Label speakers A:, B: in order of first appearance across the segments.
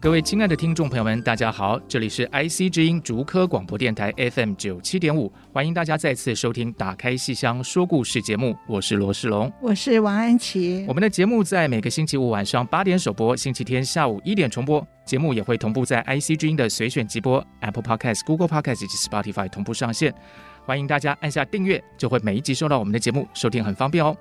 A: 各位亲爱的听众朋友们，大家好，这里是 IC 之音竹科广播电台 FM 九七点五，欢迎大家再次收听《打开戏箱说故事》节目，我是罗世龙。
B: 我是王安琪
A: 我。们的节目在每个星期五晚上八点首播，星期天下午一点重播。节目也会同步在 IC 之音的随选直播、Apple Podcast、Google Podcast 以及 Spotify 同步上线。欢迎大家按下订阅，就会每一集收到我们的节目，收听很方便哦。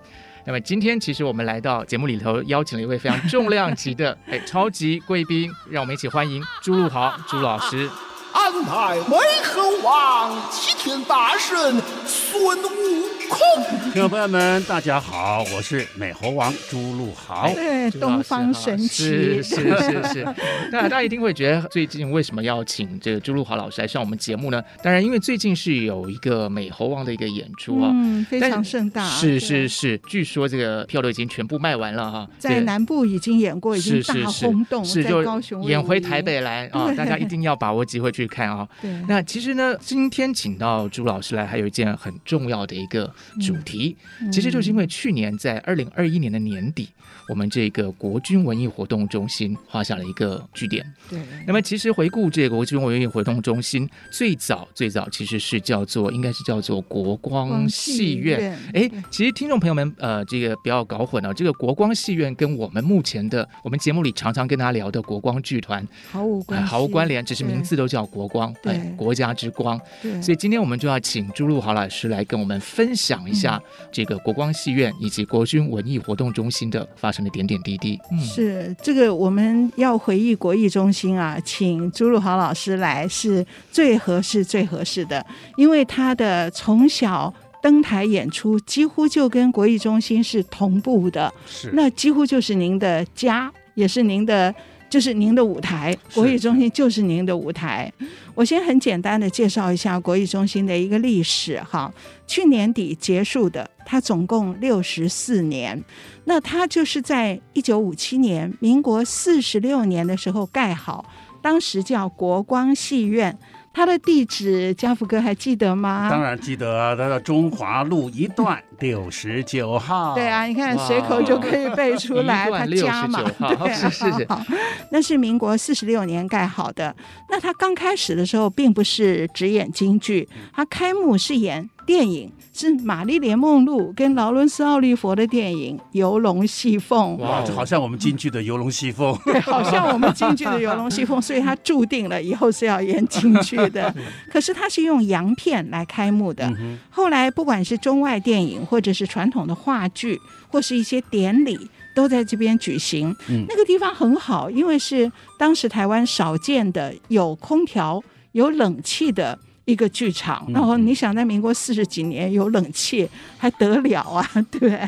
A: 那么今天其实我们来到节目里头，邀请了一位非常重量级的 哎超级贵宾，让我们一起欢迎朱露豪朱老师。
C: 安乃梅猴王、齐天大圣孙悟空。
D: 听众朋友们，大家好，我是美猴王朱露豪。
B: 对，
A: 朱老
B: 东
A: 师
B: 方
A: 哈
B: 神
A: 是
B: 奇，
A: 是是是， 那大家一定会觉得最近为什么要请这个朱露豪老师来上我们节目呢？当然，因为最近是有一个美猴王的一个演出啊。
B: 嗯，非
A: 但
B: 常盛大。
A: 是
B: 对
A: 是，是，据说这个票都已经全部卖完了哈、
B: 在
A: 对
B: 南部已经演过，已经
A: 是
B: 大
A: 是是
B: 轰动，
A: 是
B: 在
A: 就
B: 高雄
A: 演
B: 卫武
A: 回
B: 营
A: 台。北 来啊、大家一定要把握机会去看啊、
B: 对，
A: 那其实呢，今天请到朱老师来，还有一件很重要的一个
B: 嗯
A: 主题，其实就是因为去年在二零二一年的年底，我们这个国军文艺活动中心画下了一个据点。
B: 对，
A: 那么其实回顾这个国军文艺活动中心，最早最早其实是叫做应该是叫做国光
B: 光
A: 戏
B: 戏
A: 院
B: 院。
A: 哎，其实听众朋友们，呃，这个不要搞混了，这个国光戏院跟我们目前的我们节目里常常跟大家聊的国光剧团、
B: 毫无
A: 呃
B: 关系，
A: 毫无关联，只是名
B: 对
A: 字都叫国光，
B: 对
A: 哎，国家之光。
B: 对，
A: 所以今天我们就要请朱露豪老师来跟我们分享一下
B: 嗯
A: 这个国光戏院以及国军文艺活动中心的发生的点点滴滴。嗯，
B: 是这个，我们要回忆国艺中心啊，请朱露豪老师来是最合适、最合适的，因为他的从小登台演出几乎就跟国艺中心是同步的，
D: 是
B: 那几乎就是您的家，也是您的。就是您的舞台，国艺中心就是您的舞台。我先很简单的介绍一下国艺中心的一个历史哈，去年底结束的，它总共六十四年。那它就是在一九五七年，民国四十六年的时候盖好，当时叫国光戏院。它的地址，家福哥还记得吗？
D: 当然记得啊，他的中华路一段六十九号。
B: 对啊，，你看
A: 哇
B: 随口就可以背出来，
A: 一
B: 他
A: 段六
B: 加
A: 十
B: 嘛，
A: 九号，
B: 对、
A: 是
B: 啊，
A: 是是，
B: 好，那是民国四十六年盖好的。那他刚开始的时候并不是只演京剧，他开幕是演电影，是《玛丽莲梦露》跟劳伦斯·奥利佛的电影《游龙戏凤》。
D: 哇，这好像我们京剧的游龙戏凤。
B: 对，好像我们京剧的游龙戏凤，所以他注定了以后是要演京剧的。可是他是用洋片来开幕的，后来不管是中外电影，或者是传统的话剧，或是一些典礼。都在这边举行，那个地方很好，因为是当时台湾少见的有空调、有冷气的一个剧场。然后你想，在民国四十几年有冷气还得了啊， 对不对？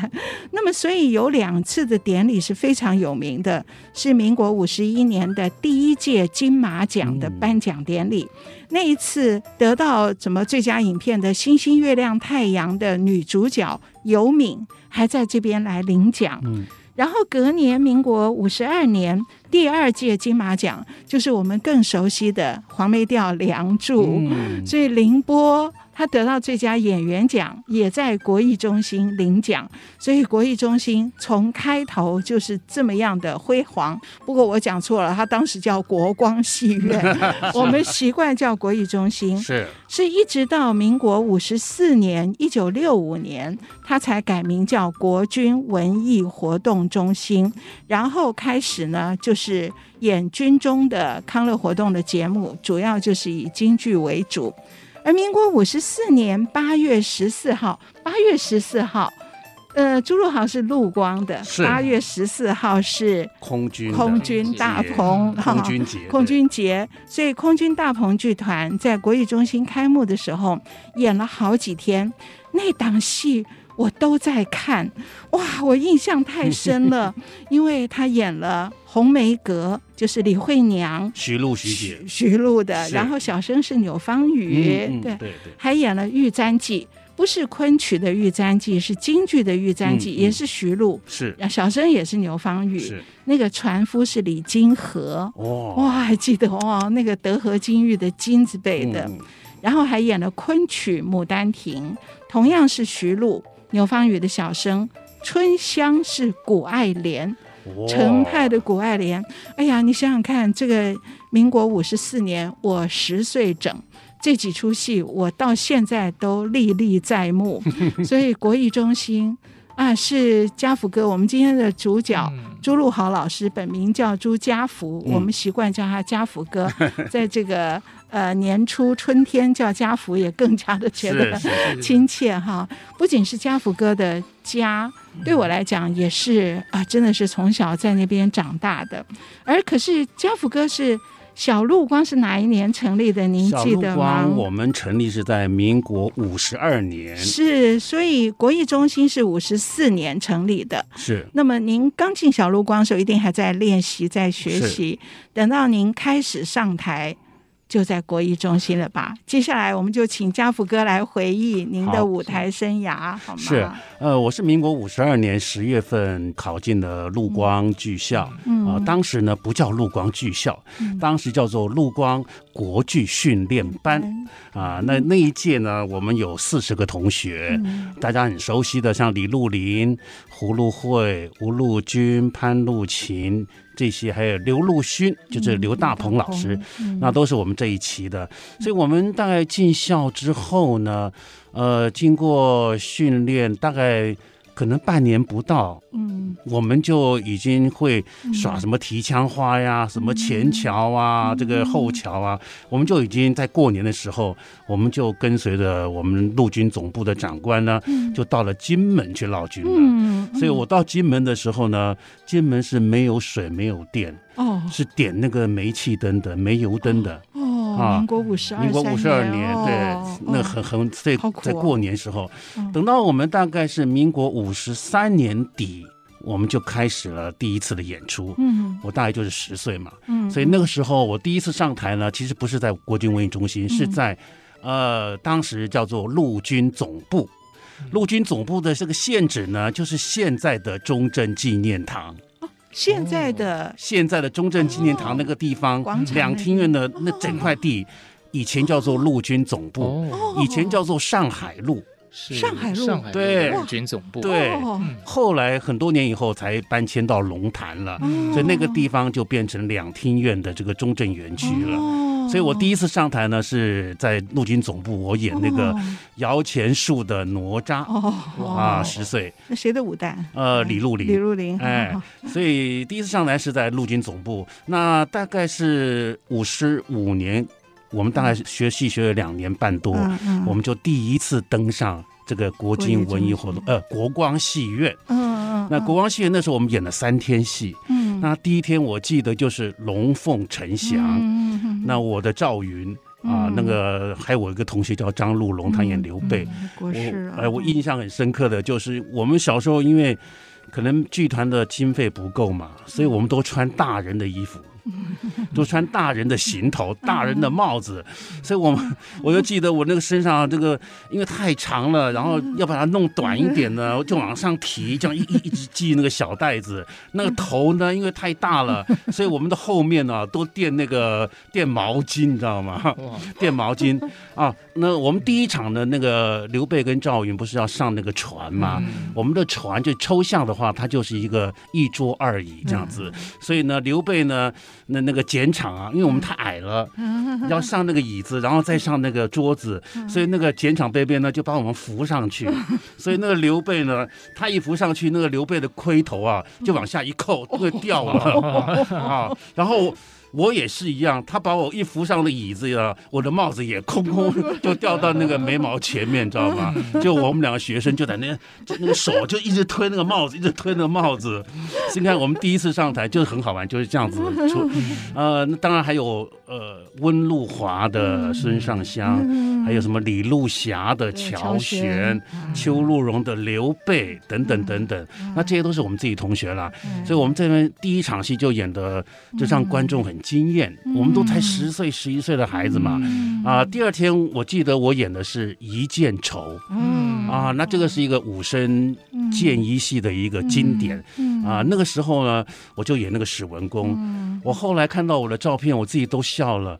B: 那么，所以有两次的典礼是非常有名的，是民国五十一年的第一届金马奖的颁奖典礼。那一次得到什么最佳影片的《星星月亮太阳》的女主角尤敏还在这边来领奖。然后隔年，民国五十二年第二届金马奖，就是我们更熟悉的黄梅调《梁祝》
D: 嗯，
B: 所以凌波他得到最佳演员奖，也在国艺中心领奖。所以国艺中心从开头就是这么样的辉煌。不过我讲错了，他当时叫国光戏院，我们习惯叫国艺中心。
D: 是
B: 是一直到民国五十四年（一九六五年），它才改名叫国军文艺活动中心。然后开始呢，就是演军中的康乐活动的节目，主要就是以京剧为主。而民国五十四年八月十四号，八月十四号。呃，朱陆豪是陆光的，
D: 是
B: 八月十四号是
D: 空军的
B: 空军大棚
D: 节 空军节，
B: 空军节，所以空军大鹏剧团在国艺中心开幕的时候演了好几天，那档戏我都在看，哇，我印象太深 了，因为他演了红梅阁，就是李慧娘、
D: 徐璐徐姐
B: 徐，徐璐的，
D: 是
B: 然后小生是钮芳雨，
D: 嗯嗯
B: 对
D: 对，对，
B: 还演了《玉簪记》，不是昆曲的《玉簪记》，是京剧的《玉簪记》
D: 嗯嗯
B: 也是徐璐，
D: 是
B: 小生也是牛芳玉，
D: 是
B: 那个船夫是李金河。
D: 哇
B: 哇，还记得哇，那个德和金玉的金字辈的，
D: 嗯嗯
B: 然后还演了昆曲《牡丹亭》，同样是徐璐、牛芳雨的小生，春香是古爱莲，
D: 哇
B: 程派的古爱莲。哎呀，你想想看，这个民国五十四年，我十岁整。这几出戏我到现在都历历在目，所以国艺中心啊是家福哥，我们今天的主角、朱露豪老师，本名叫朱家福，我们习惯叫他家福哥，在这个呃年初春天叫家福，也更加的觉得
D: 是是
B: 亲切哈。不仅是家福哥的家，
D: 嗯
B: 对我来讲也是啊，真的是从小在那边长大的。而可是家福哥是小陆光是哪一年成立的？您
D: 小
B: 记
D: 陆
B: 得吗
D: 光，？我们成立是在民国五十二年，
B: 是，所以国艺中心是五十四年成立的。
D: 是
B: 那么您刚进小陆光的时候，一定还在练习、在学习。等到您开始上台，就在国艺中心了吧？接下来我们就请家福哥来回忆您的
D: 好
B: 舞台生涯，好吗？
D: 是，呃，我是民国五十二年十月份考进了陆光剧校，啊、
B: 嗯
D: 当时呢不叫陆光剧校，当时叫做陆光国剧训练班，啊、那那一届呢，我们有四十个同学，大家很熟悉的，像李陆林、胡陆慧、吴陆军、潘陆琴这些，还有刘陆勋，就是嗯刘大鹏嗯老师，那都是我们这一期的。所以我们大概进校之后呢，呃，经过训练，大概可能半年不到，
B: 嗯，
D: 我们就已经会耍什么提枪花
B: 嗯
D: 呀、什么前桥啊、这个后桥啊，我们就已经在过年的时候，我们就跟随着我们陆军总部的长官呢，就到了金门去闹军了。
B: 嗯，
D: 所以我到金门的时候呢，金门是没有水、没有电，
B: 哦
D: 是点那个煤气灯的、煤油灯的。
B: 哦，
D: 啊
B: 民国五十二，
D: 民国五十二年，
B: 哦
D: 对，那很很在
B: 好苦哦
D: 在过年时候
B: 嗯，
D: 等到我们大概是民国五十三年底，我们就开始了第一次的演出。
B: 嗯
D: 我大概就是十岁嘛，
B: 嗯，
D: 所以那个时候我第一次上台呢，其实不是在国军文艺中心，
B: 嗯
D: 是在呃当时叫做陆军总部。
B: 嗯
D: 陆军总部的这个现址呢，就是现在的中正纪念堂。
B: 现在的
D: 现在的中正纪念堂那个地方，
B: 哦广场
D: 两厅院的那整块地，以前叫做陆军总部。
A: 哦，
D: 以前叫做上海路，
A: 是
B: 上海路
A: 上海
D: 对
A: 陆军总部，
D: 对
B: 哦
D: 后来很多年以后才搬迁到龙潭了，
B: 哦
D: 所以那个地方就变成两厅院的这个中正园区了。
B: 哦
D: 所以我第一次上台呢是在陆军总部，我演那个摇钱树的哪吒
B: 哦
D: 啊，十岁，
B: 那谁的舞旦？
D: 呃，李陆林，
B: 李哦陆林，
D: 哎
B: 好好，
D: 所以第一次上来是在陆军总部，那大概是五十五年，我们大概学戏学了两年半多，
B: 嗯嗯
D: 我们就第一次登上这个国
B: 国
D: 军
B: 际
D: 文艺
B: 中
D: 活
B: 心
D: 动，呃，国光戏院。
B: 嗯嗯，
D: 那国光戏院那时候我们演了三天戏，
B: 嗯
D: 那第一天我记得就是龙凤呈祥，
B: 嗯嗯
D: 那我的赵云啊、
B: 嗯
D: 那个还有我一个同学叫张陆龙，他演刘备。
B: 嗯国师
D: 我
B: 啊，
D: 哎，我印象很深刻的就是我们小时候，因为可能剧团的经费不够嘛，所以我们都穿大人的衣服，都穿大人的行头、大人的帽子，所以我们我就记得我那个身上这个因为太长了，然后要把它弄短一点呢，就往上提，这样一一一直系那个小带子。那个头呢，因为太大了，所以我们的后面呢、都垫那个垫毛巾，你知道吗？
A: 哇，
D: 垫毛巾啊。那我们第一场的那个刘备跟赵云不是要上那个船吗？我们的船就抽象的话，它就是一个一桌二椅这样子。所以呢，刘备呢，那那个剪场啊，因为我们太矮了，要上那个椅子，然后再上那个桌子，所以那个剪场贝贝呢就把我们扶上去。所以那个刘备呢，他一扶上去，那个刘备的盔头啊就往下一扣，会掉了啊。然后我也是一样，他把我一扶上了椅子呀，我的帽子也空空就掉到那个眉毛前面，知道吗？就我们两个学生就在那就那个手就一直推那个帽子，一直推那个帽子。你看我们第一次上台就是很好玩，就是这样子出。呃，那当然还有呃温路华的孙尚香，还有什么李路霞的乔玄，邱路荣的刘备等等等等。那这些都是我们自己同学啦，所以我们这边第一场戏就演的就让观众很惊艳。我们都才十岁、十一岁的孩子嘛，啊，第二天我记得我演的是一剑愁
B: 嗯
D: 啊，那这个是一个武生剑一戏的一个经典啊。那个时候呢，我就演那个史文恭，我后来看到我的照片，我自己都笑了。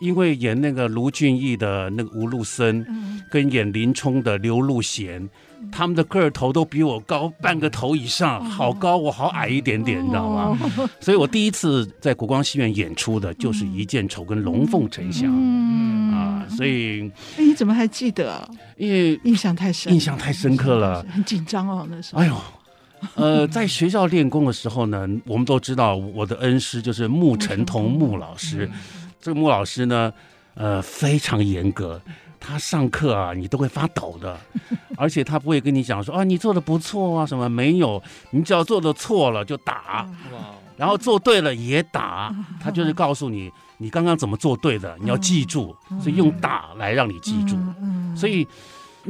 D: 因为演那个卢俊义的那个吴路森，
B: 嗯
D: 跟演林冲的刘路贤，他们的个儿头都比我高半个头以
B: 哦
D: 上，好高，我好矮一点点，你知道吗？所以我第一次在国光戏院演出的就是《一剑愁》跟《龙凤呈祥》
B: 嗯
D: 啊，所以
B: 哎你怎么还记得？
D: 因为
B: 印象太深，
D: 印象太深刻了，
B: 很紧张哦，那时候。
D: 哎呦。呃，在学校练功的时候呢，我们都知道我的恩师就是穆成同穆老师。这个穆老师呢，呃，非常严格，他上课啊，你都会发抖的，而且他不会跟你讲说啊，你做的不错啊，什么没有，你只要做的错了就打，
A: 哇，
D: 然后做对了也打，他就是告诉你你刚刚怎么做对的，你要记住，所以用打来让你记住。
B: 嗯
D: 所以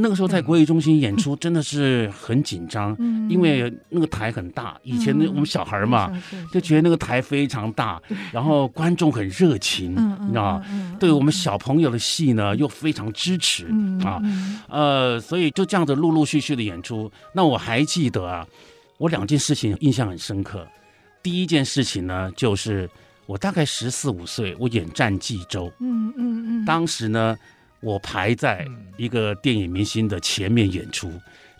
D: 那个时候在国艺中心演出真的是很紧张，
B: 嗯
D: 因为那个台很大，以前我们小孩嘛。就觉得那个台非常大，然后观众很热情，
B: 嗯
D: 你知道吗？对我们小朋友的戏呢又非常支持啊，呃，所以就这样子陆陆续续的演出。那我还记得啊，我两件事情印象很深刻。第一件事情呢，就是我大概十四五岁，我演《战冀州》，
B: 嗯嗯嗯，
D: 当时呢，我排在一个电影明星的前面演出，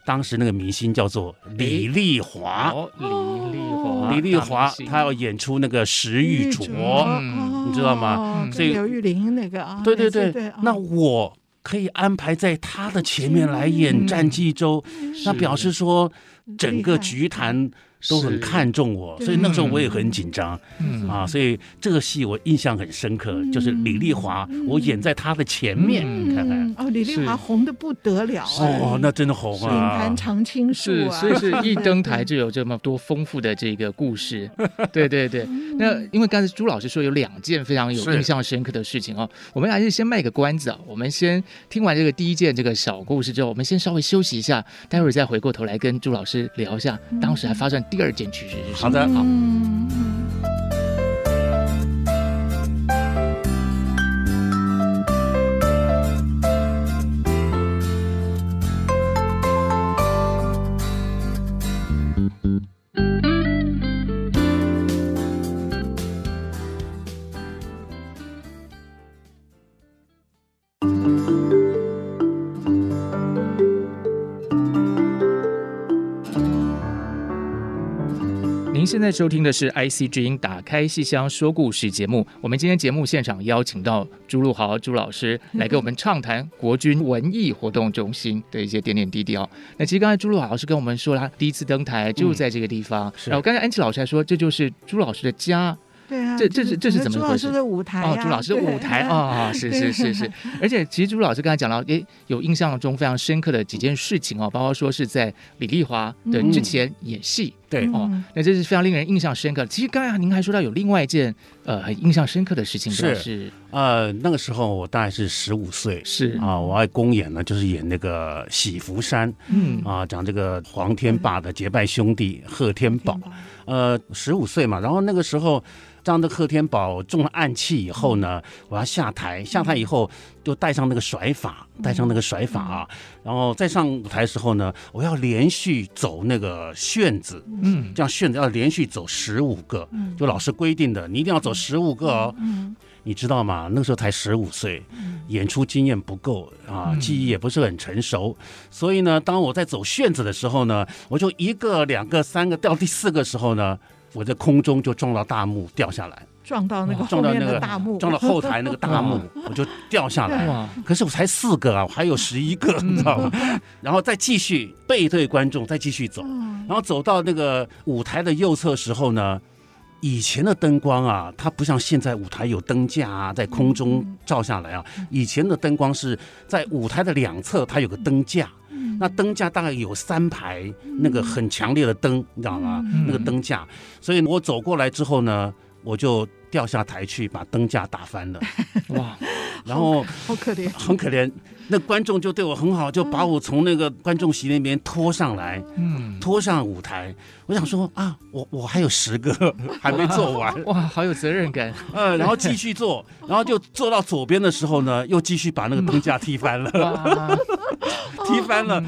D: 当时那个明星叫做李丽华。
A: 哦，李丽华，
D: 李丽华
A: 大明星，
D: 她要演出那个石玉
B: 玉
D: 镯，
B: 哦
D: 你知道吗
B: 哦
A: 嗯
B: 跟
D: 所以
B: 刘玉玲那个啊，
D: 对对
B: 对
D: 对
B: 哦，
D: 那我可以安排在她的前面来演《战记周》，
B: 嗯
D: 那表示说整个局坛都很看重我，
B: 是
D: 所以那时候我也很紧张
A: 嗯
D: 啊，所以这个戏我印象很深刻，就是李丽华，我演在她的前面，
A: 嗯
D: 你看看
B: 嗯，哦，李丽华
A: 是
B: 红的不得了啊，
D: 哦，那真的红
B: 影
D: 啊，
B: 坛常青树
A: 是，
B: 啊，
A: 所以是一登台就有这么多丰富的这个故事。对对对，
D: 嗯
A: 那因为刚才朱老师说有两件非常有
D: 是
A: 印象深刻的事情哦，我们还是先卖个关子啊，我们先听完这个第一件这个小故事之后，我们先稍微休息一下，待会儿再回过头来跟朱老师聊一下当时还发生第二件趣事是什么。
D: 好的
A: 好。
B: 嗯
A: 您现在收听的是 IC 之音打开戏箱说故事节目。我们今天节目现场邀请到朱露豪朱老师来给我们畅谈国军文艺活动中心的一些点点滴滴哦。那其实刚才朱露豪老师跟我们说了，他第一次登台就在这个地方。
D: 是
A: 然后刚才安琪老师还说，这就是朱老师的家
B: 对啊，
A: 这这是这是
B: 整个
A: 怎么
B: 朱
A: 回
B: 老
A: 事
B: 师的舞台
A: 哦
B: 啊，
A: 朱老师
B: 对
A: 舞台
B: 啊
A: 啊、是是
B: 对
A: 是是。而且其实朱老师刚才讲到，诶，有印象中非常深刻的几件事情哦，包括说是在李丽华的之前演戏。
D: 对
A: 哦
B: 嗯，
A: 那这是非常令人印象深刻。其实刚才您还说到有另外一件呃很印象深刻的事情，
D: 是
A: 是
D: 呃，那个时候我大概是十五岁
A: 是
D: 啊，我爱公演呢，就是演那个《喜福山
A: 嗯》
D: 啊，讲这个黄天霸的结拜兄弟贺天宝。呃，十五岁嘛，然后那个时候，让那个贺天宝中了暗器以后呢，我要下台，下台以后就带上那个甩法，带上那个甩法啊，然后再上舞台的时候呢，我要连续走那个旋子，
A: 嗯
D: 这样旋子要连续走十五个，就老师规定的，你一定要走十五个哦。你知道吗？那时候才十五岁，演出经验不够啊，记忆也不是很成熟，所以呢，当我在走旋子的时候呢，我就一个、两个、三个掉第四个时候呢，我在空中就撞到大幕掉下来，
B: 撞到那个哦后
D: 嗯撞到
B: 面
D: 那
B: 的
D: 个
B: 大幕，
D: 撞到后台那个大幕，我就掉下来。
A: 哇
D: 可是我才四个啊，我还有十一个，
B: 嗯
D: 你知道吗？然后再继续
B: 嗯
D: 背对观众，再继续走，然后走到那个舞台的右侧时候呢，以前的灯光啊，它不像现在舞台有灯架啊，在空中照下来啊。以前的灯光是在舞台的两侧，它有个灯架，那灯架大概有三排那个很强烈的灯，你知道吗？那个灯架，所以我走过来之后呢，我就掉下台去，把灯架打翻了，
A: 哇，
D: 然后
B: 好可怜。
D: 很可怜，那观众就对我很好，就把我从那个观众席那边拖上来，
A: 嗯，
D: 拖上舞台。我想说啊，我我还有十个 还没做完，
A: 哇，好有责任 感，
D: 呃，然后继续做，然后就做到左边的时候呢，又继续把那个灯架踢翻了，
A: 哇，
D: 踢翻了，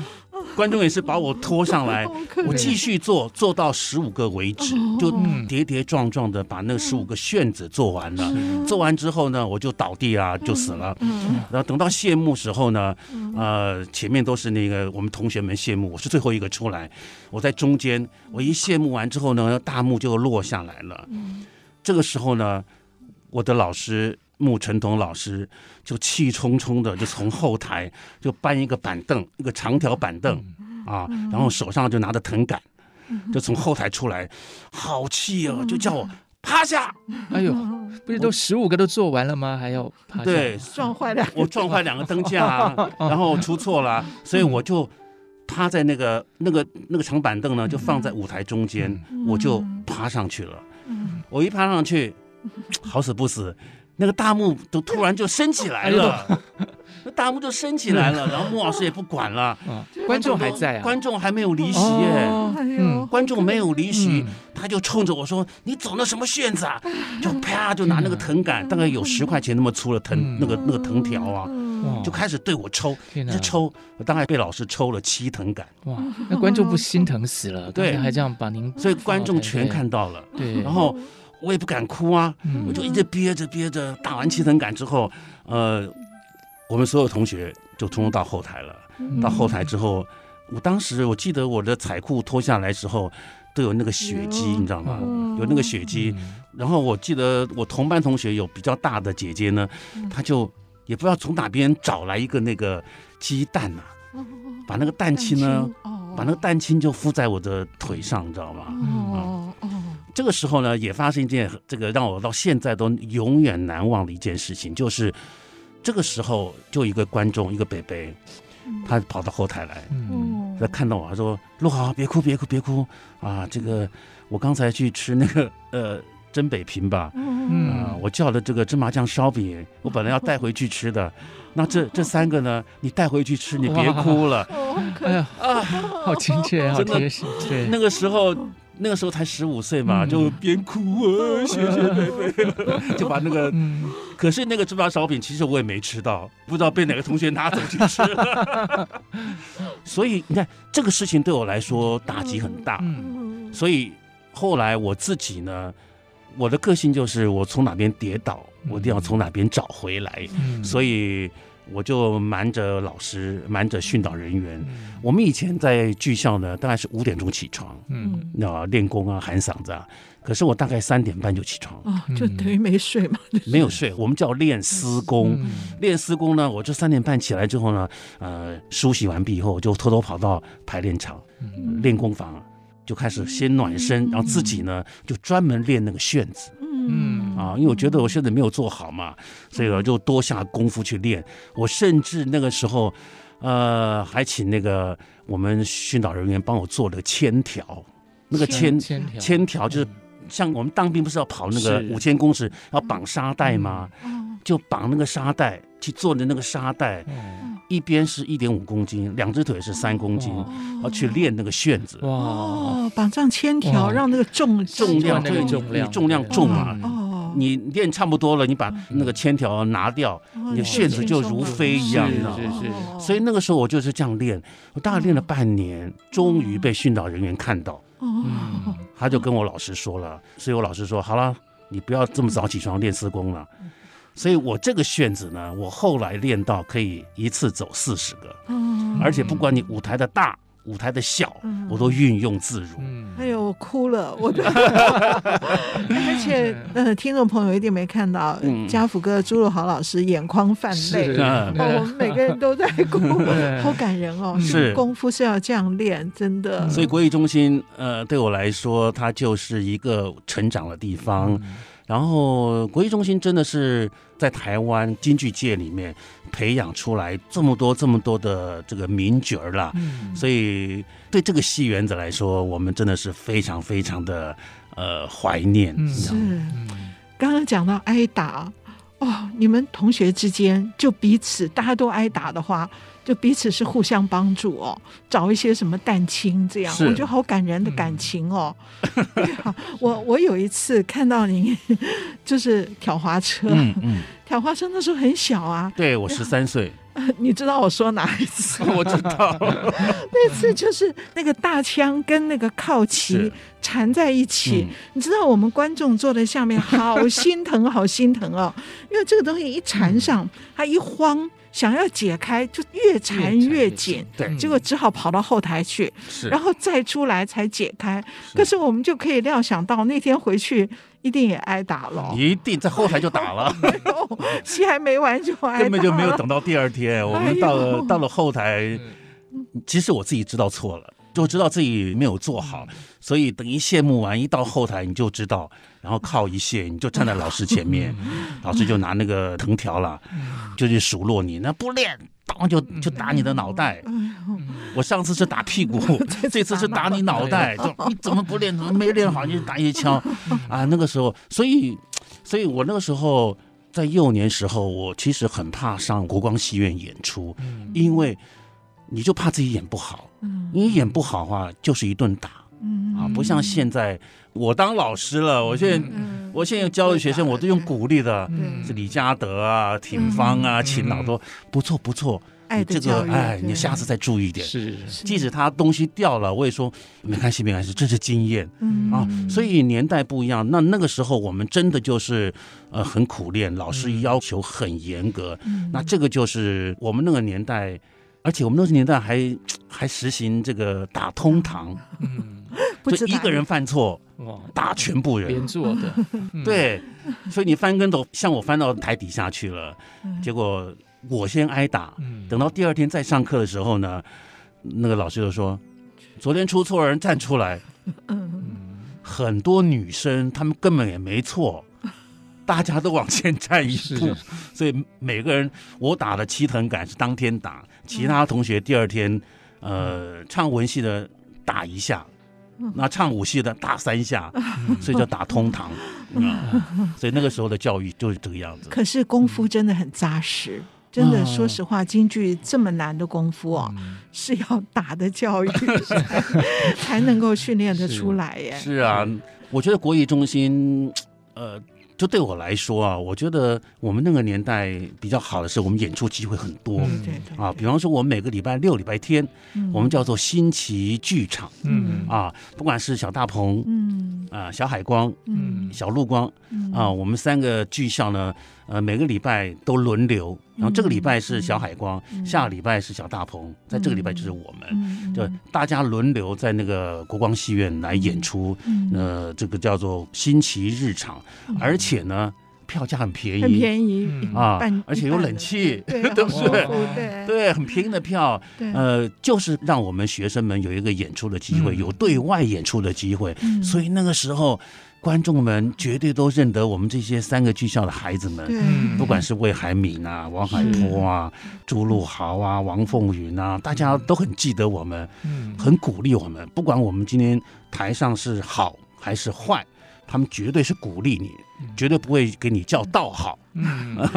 D: 观众也是把我拖上来
B: 好可，怜哦
D: 我继续做，做到十五个为止，就跌跌撞撞的把那十五个旋子做完了。做完之后呢，我就倒地啊，就死了。
B: 嗯
D: 然后等到谢幕时候呢，呃，前面都是那个我们同学们谢幕，我是最后一个出来，我在中间，我一谢幕完之后呢，大幕就落下来了。
B: 嗯
D: 这个时候呢，我的老师穆成东老师就气冲冲的就从后台就搬一个板凳，一个长条板凳啊，然后手上就拿着藤杆，就从后台出来，好气哦，就叫我趴下。
A: 哎 呦，不是都十五个都做完了吗？还要爬下
D: 对，
B: 撞坏了，
D: 我撞坏两个灯架啊，然后出错了，所以我就趴在那个那个那个长板凳呢，就放在舞台中间，我就爬上去了。我一爬上去，好死不死，那个大幕都突然就升起来了，那大幕就升起来了，然后穆老师也不管了，
A: 啊，观众还在啊，
D: 观众还没有离席耶。
A: 哦
B: 哎
A: 嗯
B: 呦，
D: 观众没有离席
A: 嗯，
D: 他就冲着我说：“你走那什么旋子啊？”就啪就拿那个藤杆，大概有十块钱那么粗的
A: 嗯
D: 藤，那个那个藤条啊，
A: 哇
D: 就开始对我抽，
A: 天哪哦
D: 一直抽，我大概被老师抽了七藤杆，
A: 哇， 那观众不心疼死了，
D: 对
A: 刚才还这样把您，
D: 所以观众全看到了。
A: 对，
D: 然后我也不敢哭啊，
A: 嗯
D: 我就一直憋着憋着，打完七藤杆之后，呃，我们所有同学就通通到后台了。到
A: 嗯
D: 后台之后，我当时我记得我的彩裤脱下来时候都有那个血迹，
B: 哎呦
D: 你知道吗？
B: 嗯
D: 有那个血迹。然后我记得我同班同学有比较大的姐姐呢，
B: 嗯
D: 她就也不知道从哪边找来一个那个鸡蛋呐、把那个蛋清呢，
B: 哦，
D: 把那个蛋清就敷在我的腿上，你知道吗？
B: 哦哦，
D: 这个时候呢，也发生一件很这个让我到现在都永远难忘的一件事情，就是这个时候就一个观众，一个北北，
B: 嗯
D: 他跑到后台来，
A: 嗯，
B: 哦
D: 他看到我，他说：“陆豪，别哭，别哭，别哭啊！这个我刚才去吃那个 呃真北平吧，啊、
A: 嗯，
D: 我叫了这个芝麻酱烧饼，我本来要带回去吃的。那 这这三个呢，你带回去吃，你别哭了。
B: 哦
D: 嗯
A: 哎呀，好亲切，好
D: 真的
A: 贴心， 对，
D: 那个时候，那个时候才十五岁嘛，
A: 嗯
D: 就边哭啊，谢谢 贝贝，就把那个。
A: 嗯，
D: 可是那个芝麻烧饼，其实我也没吃到，不知道被哪个同学拿走去吃 了。所以你看，这个事情对我来说打击很大。
A: 嗯，
D: 所以后来我自己呢，我的个性就是我从哪边跌倒，我一定要从哪边找回来。
A: 嗯，
D: 所以我就瞒着老师，瞒着训导人员。我们以前在剧校呢，大概是五点钟起床，
A: 嗯，
D: 那练功啊，喊嗓子啊。可是我大概三点半就起床，
B: 哦，就等于没睡嘛，
D: 没有睡。我们叫
A: 嗯
D: 练私功。练私功呢，我就三点半起来之后呢，呃，梳洗完毕以后，我就偷偷跑到排练场、
A: 嗯
D: 练功房，就开始先暖身，然后自己呢就专门练那个旋子
A: 嗯，
D: 啊，因为我觉得我旋子没有做好嘛，所以我就多下功夫去练。我甚至那个时候，呃，还请那个我们训导人员帮我做了铅条，那个铅
A: 千条，嗯
D: 铅条就是像我们当兵不是要跑那
A: 是
D: 个
A: 嗯
D: 五千公尺，要绑沙袋吗？
B: 哦
D: 就绑那个沙袋去做的那个沙袋，
A: 嗯
D: 一边是一点五公斤，两只腿是三公斤，
A: 哇
D: 然后去练那个旋子，
A: 哇，
B: 哦，绑上千条，
A: 哇
B: 让那个重
D: 重量
A: 那
D: 这
A: 个
D: 个
A: 重量
D: 你重量重啊嘛。
A: 嗯
B: 哦，
D: 你练差不多了，你把那个铅条拿掉，
B: 哦
D: 你的旋子就如飞一样，
A: 是
D: 你知道吗？
A: 是是，
D: 所以那个时候我就是这样练，我大概练了半年，终于被训导人员看到，
A: 嗯，
D: 他就跟我老师说了，所以我老师说好了，你不要这么早起床练四功了。所以我这个旋子
B: 哦嗯
D: 呢，我后来练到可以一次走四十个，而且不管你舞台的大舞台的小
E: 嗯，
D: 我都运用自如。
A: 嗯
E: 哎呦，我哭了，我 的
B: 而且，呃，听众朋友一定没看到
D: 嗯
B: 家福哥朱露豪老师眼眶泛泪，
A: 是
B: 哦，
D: 嗯
B: 我们每个人都在哭， 好感人哦。
D: 是
B: 功夫是要这样练，真的。
A: 嗯
D: 所以国艺中心，呃，对我来说，它就是一个成长的地方。
A: 嗯
D: 然后国艺中心真的是在台湾京剧界里面培养出来这么多这么多的这个名角儿啦，
A: 嗯
D: 所以对这个戏园子来说，我们真的是非常非常的呃怀念。
A: 嗯
D: 这样
B: 是刚刚讲到挨打，哦，你们同学之间就彼此大家都挨打的话，就彼此是互相帮助哦，找一些什么蛋清这样，
D: 是嗯
B: 我觉得好感人的感情哦。对啊 我我有一次看到你 就是挑滑车，
D: 嗯嗯，
B: 挑滑车那时候很小啊，
D: 对我十三岁，
B: 你知道我说哪一次？
D: 我知 道，
B: 那次就是那个大枪跟那个靠旗
D: 是嗯
B: 缠在一起，你知道我们观众坐在下面好心疼，好心疼 哦，因为这个东西一缠上，
D: 嗯
B: 它一慌，想要解开就越缠越紧，
D: 对
B: 结果只好跑到后台去，
D: 是
B: 然后再出来才解开。可是我们就可以料想到那天回去一定也挨打了。
D: 一定在后台就打了。
B: 哎呦戏还没完就挨打了，
D: 根本就没有等到哎第二天，我们到了、到了后台，其实我自己知道错了，就知道自己没有做好，所以等一谢幕完，一到后台你就知道，然后靠一谢，你就站在老师前面，老师就拿那个藤条啦，就去数落你，那不练。当就就打你的脑袋，我上次是打屁 股，这嗯次是打你脑 袋，就你怎么不练，怎么没练好，你就打一枪，啊，那个时候，所以，所以我那个时候在幼年时候，我其实很怕上国光戏院演出，
B: 嗯
D: 因为你就怕自己演不好，你演不好的话就是一顿打，
B: 嗯
D: 啊，不像现在我当老师了，我现在、我现在教育学生，我都用鼓励的，
B: 嗯
D: 是李嘉德啊、挺芳啊、秦老都不错不错，
B: 爱
D: 你
B: 的
D: 这
B: 教
D: 个
B: 育
D: 哎，你
B: 对
D: 下次再注意一点。
A: 是
D: 即使他东西掉了，我也说没关系，没关系，这是经验。
B: 嗯
D: 啊，所以年代不一样。那那个时候我们真的就是呃很苦练，老师要求很严格。
B: 嗯
D: 那这个就是我们那个年代，而且我们那个年代还还实行这个打通堂，
A: 嗯
B: 不
D: 就
B: 知
D: 一
B: 道
D: 个人犯错
A: 哇，
D: 打全部人
A: 连。坐的，嗯，
D: 对，所以你翻跟头，像我翻到台底下去了，结果我先挨打。
A: 嗯
D: 等到第二天再上课的时候呢，那个老师就说：“昨天出错的人站出来。”
A: 嗯
D: 很多女生她们根本也没错，大家都往前站一
A: 是
D: 步，所以每个人我打的七藤杆是当天打，其他同学第二天，呃，唱文戏的打一下。那唱武戏的打三下，所以叫打通堂，嗯所以那个时候的教育就是这个样子。
B: 可是功夫真的很扎实，真的，
D: 嗯哦嗯
B: 说实话，京剧这么难的功夫哦， 是要打的教育 才才能够训练得出来耶。
D: 是啊，我觉得国艺中心，呃，就对我来说啊，我觉得我们那个年代比较好的是，我们演出机会很多。
B: 对对对
D: 啊，比方说，我们每个礼拜六、礼拜天，
B: 嗯
D: 我们叫做新奇剧场
A: 嗯
D: 啊，不管是小大鹏
B: 嗯
D: 啊、小海光、
A: 嗯
D: 小陆光啊，我们三个剧校呢，呃，每个礼拜都轮流，然后这个礼拜是小海光，下礼拜是小大鹏，在这个礼拜就是我们，
B: 嗯，
D: 就大家轮流在那个国光戏院来演出，
B: 嗯
D: 呃，这个叫做新奇日常，而且呢，票价很便宜，
B: 很便宜
A: 嗯
D: 啊
B: 半，
D: 而且有冷气，
B: 一半的
D: 对
B: 对，好
D: 不对
B: 舒服，嗯对
D: 对，很便宜的票，
B: 对
D: 呃，就是让我们学生们有一个演出的机会，
A: 嗯
D: 有对外演出的机会，
B: 嗯
D: 所以那个时候，观众们绝对都认得我们这些三个剧校的孩子们。
B: 对
A: 嗯
D: 不管是魏海敏啊、王海波啊、朱露豪啊、王凤云啊，大家都很记得我们，
A: 嗯
D: 很鼓励我们。不管我们今天台上是好还是坏，他们绝对是鼓励你，
B: 嗯
D: 绝对不会给你叫道好
A: 嗯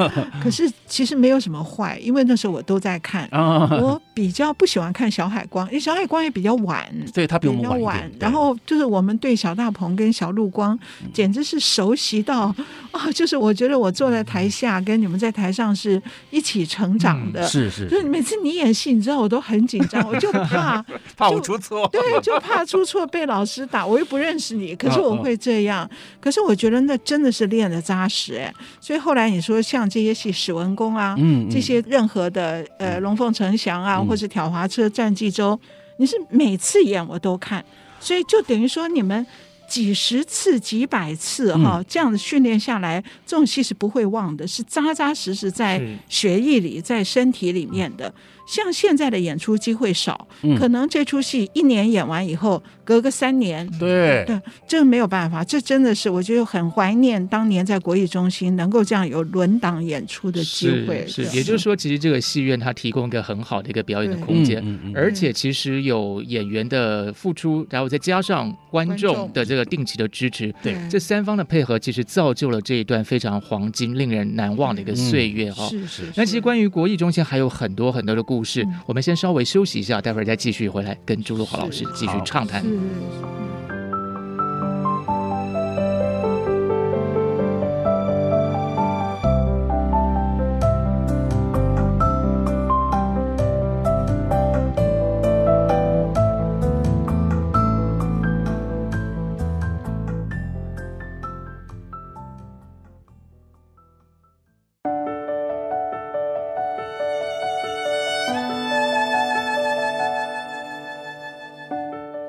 B: 可是其实没有什么坏，因为那时候我都在看。
D: 啊。
B: 我比较不喜欢看小海光，因为小海光也比较晚，
D: 对他比我
B: 比
D: 们
B: 较
D: 晚一
B: 晚
D: 点，对嗯
B: 然后就是我们对小大鹏跟小陆光简直是熟悉到啊、就是我觉得我坐在
D: 嗯
B: 台下跟你们在台上是一起成长的，
D: 嗯是是
B: 就是每次你演戏，你知道我都很紧张， 我就怕
D: 怕
B: 就
D: 我出错，
B: 对，就怕出错被老师打，我又不认识
D: 嗯
B: 你，可是我会这样。可是我觉得那真的是练的扎实哎，所以后来你说像这些戏史文恭啊，
D: 嗯
A: 嗯
D: 嗯
B: 这些任何的呃龙凤呈祥啊，或是挑滑车、战记州。你是每次演我都看，所以就等于说你们。几十次、几百次哈、
A: 嗯
B: 这样子训练下来，这种戏是不会忘的，是扎扎实实在
A: 是嗯
B: 血液里、在身体里面的。像现在的演出机会少，可能这出戏一年演完以后，隔个三年，
D: 对，
B: 对，这没有办法，这真的是我觉得很怀念当年在国艺中心能够这样有轮档演出的机会。
A: 是，
B: 对
A: 也就是说，其实这个戏院它提供一个很好的一个表演的
B: 对
A: 空间，
D: 嗯嗯嗯
A: 而且其实有演员的付出，然后再加上观
B: 观
A: 众
B: 众
A: 的这个定期的支持，
D: 对
B: 嗯
A: 这三方的配合，其实造就了这一段非常黄金、令人难忘的
D: 嗯
A: 一个岁月哦哈、
B: 是是，
A: 那其实
B: 是嗯
A: 关于国艺中心还有很多很多的故事，我们先稍微休息一下，待会儿再继续回来跟朱露华老师继续
D: 好
A: 畅谈。
B: 嗯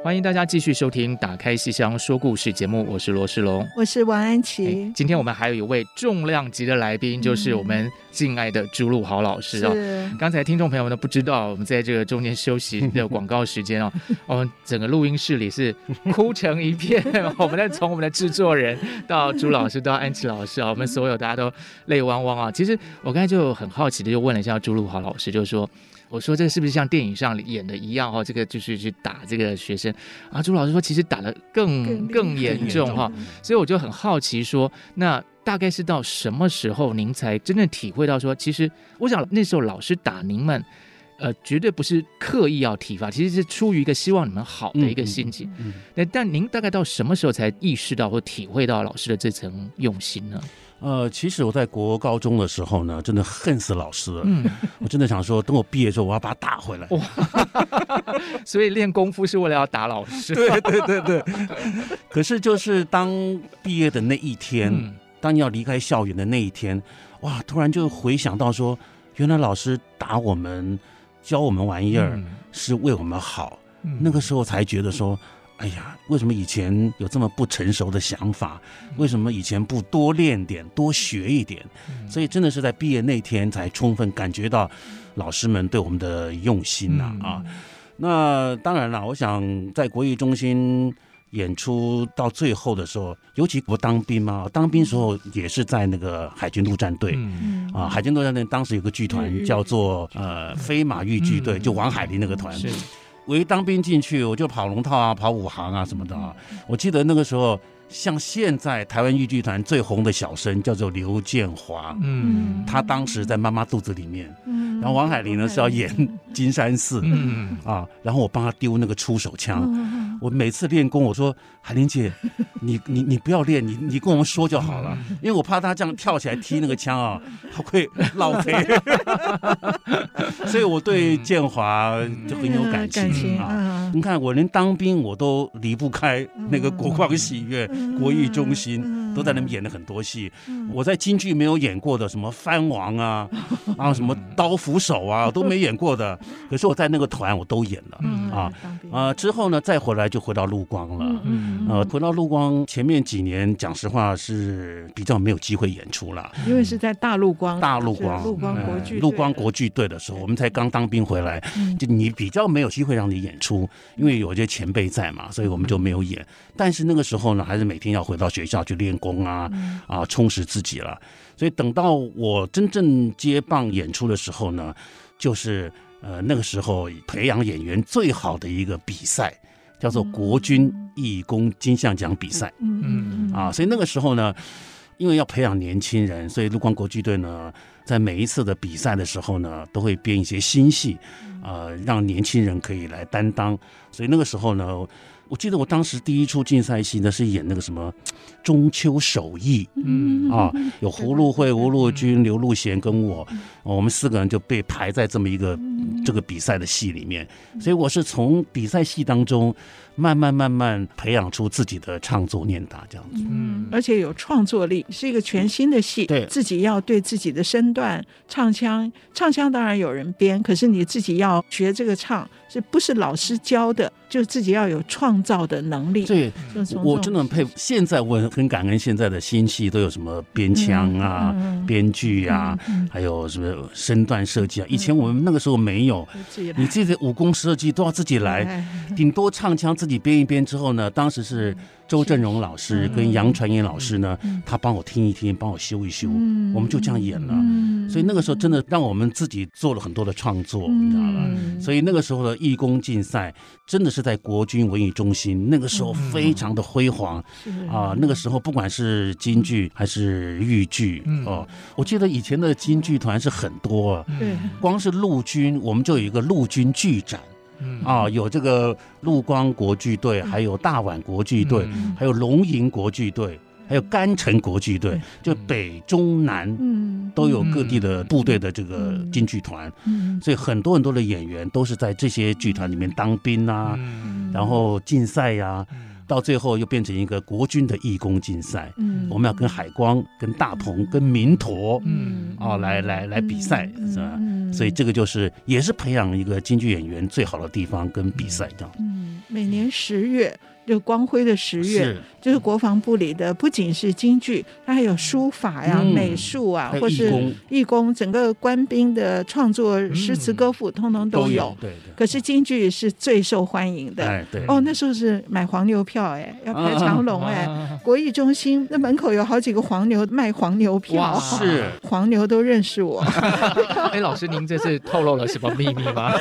A: 欢迎大家继续收听《打开戏箱说故事》节目，我是罗世龙。
B: 我是王安
A: 哎
B: 琪，
A: 今天我们还有一位重量级的来宾，就是我们敬爱的朱露豪老
D: 啊
A: 师哦。
B: 是嗯
A: 刚才听众朋友们都不知道，我们在这个中间休息的广告时间哦，哦，整个录音室里是哭成一片。 我们在从我们的制作人到朱老师到安琪老师啊，我们所有大家都泪汪汪啊。其实我刚才就很好奇的就问了一下朱露豪老师，就是说。我说这是不是像电影上演的一样哦？这个就是去打这个学生啊。朱老师说其实打的更
B: 更
A: 更
B: 厉害
A: 严重嗯哈、所以我就很好奇说，那大概是到什么时候您才真正体会到说，其实我想那时候老师打您们，呃，绝对不是刻意要体罚，其实是出于一个希望你们好的一个心情。
D: 嗯嗯嗯
A: 那、但您大概到什么时候才意识到或体会到老师的这层用心呢？
D: 呃，其实我在国高中的时候呢，真的恨死老师了。
A: 嗯，
D: 我真的想说，等我毕业之后，我要把他打回来。
A: 哇 所以练功夫是为了要打老师。
D: 对对对对。可是就是当毕业的那一天，
A: 嗯，
D: 当要离开校园的那一天，哇，突然就回想到说，原来老师打我们、教我们玩意儿、是为我们好。
A: 嗯
D: 那个时候才觉得说，哎呀，为什么以前有这么不成熟的想法？
A: 嗯
D: 为什么以前不多练点、多学一点？
A: 嗯
D: 所以真的是在毕业那天才充分感觉到老师们对我们的用心
A: 嗯
D: 呐啊那当然啦，我想在国艺中心演出到最后的时候，尤其我当兵嘛，当兵时候也是在那个海军陆战队。
A: 嗯
D: 啊，海军陆战队当时有个剧
B: 日
D: 团
B: 日
D: 叫做呃飞马豫剧队，
A: 嗯
D: 就王海林那个团。
A: 是
D: 我一当兵进去，我就跑龙套啊，跑武行啊什么的啊。
A: 嗯
D: 我记得那个时候，像现在台湾豫剧团最红的小生叫做刘建华，
A: 嗯
D: 他当时在妈妈肚子里面，
B: 嗯
D: 然后王海林呢是要演金山寺
A: 嗯
D: 啊，然后我帮他丢那个出手枪。
B: 嗯
D: 我每次练功，我说海玲姐，你你你不要练，你你跟我们说就好了，
A: 嗯
D: 因为我怕他这样跳起来踢那个枪啊，
B: 嗯
D: 他会浪 费。所以我对建华就很有感
B: 感情
D: 情啊。
B: 啊，
D: 你看，我连当兵我都离不开那个国光戏院、
A: 嗯
D: 国艺中心，都在那边演了很多戏。我在京剧没有演过的，什么藩 王啊，啊，什么刀斧手啊，都没演过的。可是我在那个团我都演了
A: 嗯
D: 啊啊、之后呢，再回来就回到陆光了。
A: 嗯
D: 呃，回到陆光前面几年，讲实话是比较没有机会演出了。
B: 因为是在大陆光
D: 大陆光，
B: 陆光国
D: 呃
B: 剧
D: 陆
B: 队
D: 光
B: 的嗯
D: 国剧队的时候，我们才刚当兵回来，就你比较没有机会让你演出，因为有一些前辈在
B: 嗯
D: 嘛，所以我们就没有演。但是那个时候呢，还是每天要回到学校去练功啊，
B: 嗯
D: 啊，充实自己了。所以等到我真正接棒演出的时候呢，就是呃那个时候培养演员最好的一个比赛，叫
B: 嗯
D: 做国军义工金像奖比赛。
A: 嗯
D: 啊，所以那个时候呢，因为要培养年轻人，所以陆光国际队呢，在每一次的比赛的时候呢，都会编一些新戏，
A: 嗯
D: 呃，让年轻人可以来担当。所以那个时候呢，我记得我当时第一出竞赛戏呢是演那个什么中秋手艺
A: 嗯
D: 啊，有胡芦慧、吴陆军、刘陆贤跟我，
A: 嗯
D: 我们四个人就被
A: 嗯
D: 排在这么一个这个比赛的戏里面。所以我是从比赛戏当中，慢慢慢慢培养出自己的唱作念打这样子。
A: 嗯，
B: 而且有创作力，是一个全新的戏。
D: 对
B: 自己要对自己的身段、唱腔，唱腔当然有人编，可是你自己要学这个唱，是不是老师教的？就自己要有创造的能力。
D: 对，
B: 就从这种
D: 我真的很佩服。
B: 嗯
D: 现在我很感恩现在的新戏都有什么编腔啊、
B: 嗯
D: 编剧啊，还有什么身段设
B: 嗯
D: 计啊。以前我们那个时候没有，
B: 自己来
D: 你这些武功设计都要自己来，
B: 嗯哎嗯
D: 顶多唱腔自己编一编之后呢，当时是周正荣老师跟杨传言老师
B: 嗯
D: 呢，他帮我听一听，帮我修一修，我们就这样演了。
B: 嗯
D: 所以那个时候真的让我们自己做了很多的创作，
B: 嗯
D: 你知道吧？所以那个时候的义工竞赛真的是在国军文艺中心，那个时候非常的辉煌
B: 嗯
D: 啊、那个时候不管是京剧还是豫剧
A: 嗯
D: 哦、我记得以前的京剧团是很多、啊，
B: 对，
D: 光是陆军我们就有一个陆军剧展。啊，有这个陆光国剧队，还有大碗国剧队，
A: 嗯
D: 还有龙吟国剧队，还有甘城国剧队，就北中南
B: 嗯，
D: 都有各地的部队的这个京剧团，
B: 嗯
D: 所以很多很多的演员都是在这些剧团里面当兵啊，
A: 嗯
D: 然后竞赛呀、到最后又变成一个国军的义工竞赛。
B: 嗯
D: 我们要跟海光、跟大鹏、跟民陀
A: 嗯
D: 啊、来来来比赛，是吧？
B: 嗯
D: 所以这个就是也是培养一个京剧演员最好的地方跟比赛这样。
B: 嗯，每年十月，就光辉的十月，
D: 是
B: 就是国防部里的，不仅是京剧，它还有书法呀、
D: 嗯
B: 美术啊
D: 还，有
B: 或
D: 义
B: 是
D: 工
B: 义工，整个官兵的创作、诗词歌赋，通通都有。
D: 嗯对对。
B: 可是京剧是最受欢迎的。
D: 哎，对，
B: 哦，那时候是买黄牛票哎，要排长龙
D: 啊
B: 哎，国艺中心那门口有好几个黄牛卖黄牛票
A: 哇，
D: 是
B: 黄牛都认识我。
A: 哎，老师，您这是透露了什么秘密 吗？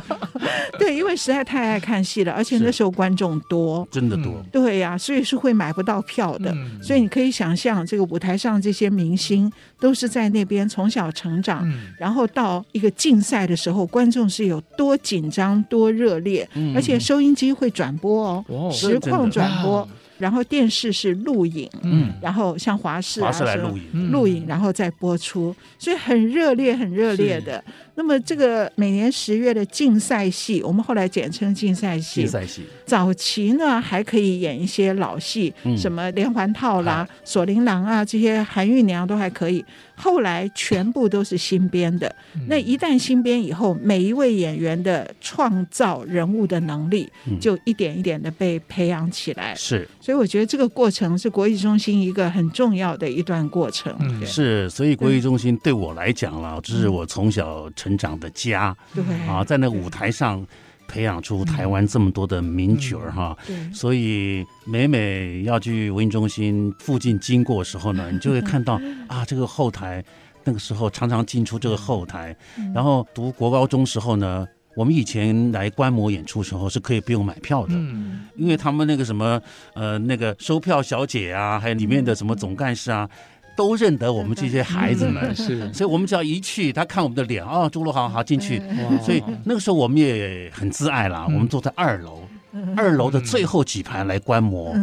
B: 对，因为实在太爱看戏了，而且
D: 是
B: 那时候观众多。
D: 真的多。
B: 对呀、所以是会买不到票的。
A: 嗯
B: 所以你可以想象，这个舞台上这些明星都是在那边从小成长，
A: 嗯
B: 然后到一个竞赛的时候，观众是有多紧张、多热烈，
D: 嗯
B: 而且收音机会转播哦，
A: 哦
B: 实况转播，然后电视是录影，
A: 嗯
B: 然后像华视啊，
D: 华视来
B: 什么
D: 录影，
A: 嗯
B: 录影，然后再播出，所以很热烈，很热烈的。那么这个每年十月的竞赛戏，我们后来简称竞赛戏
D: 竞。赛戏，
B: 早期呢还可以演一些老戏，
D: 嗯
B: 什么连环套啦、锁麟囊啊这些韩玉娘都还可以。后来全部都是新编的。那一旦新编以后，每一位演员的创造人物的能力
D: 嗯
B: 就一点一点的被培养起来。
D: 是
B: 所以我觉得这个过程是国艺中心一个很重要的一段过程。
A: 嗯
B: 对
D: 是，所以国艺中心对我来讲啦，这是我从小成长的家
B: 对
D: 啊，在那舞台上培养出台湾这么多的名角儿哈。
B: 嗯对
D: 所以每每要去文艺中心附近经过的时候呢，你就会 看到啊，这个后台那个时候常常进出这个后台。
B: 嗯
D: 然后读国高中时候呢，我们以前来观摩演出时候是可以不用买票的，
A: 嗯
D: 因为他们那个什么呃那个售票小姐啊，还有里面的什么总干事啊，都认得我们这些孩子们，
A: 是
D: 所以我们只要一去，他看我们的脸哦，朱露好好进去。
B: 嗯
A: 哇
D: 所以那个时候我们也很自爱啦，
A: 嗯
D: 我们坐在二楼，
B: 嗯
D: 二楼的最后几排来观摩。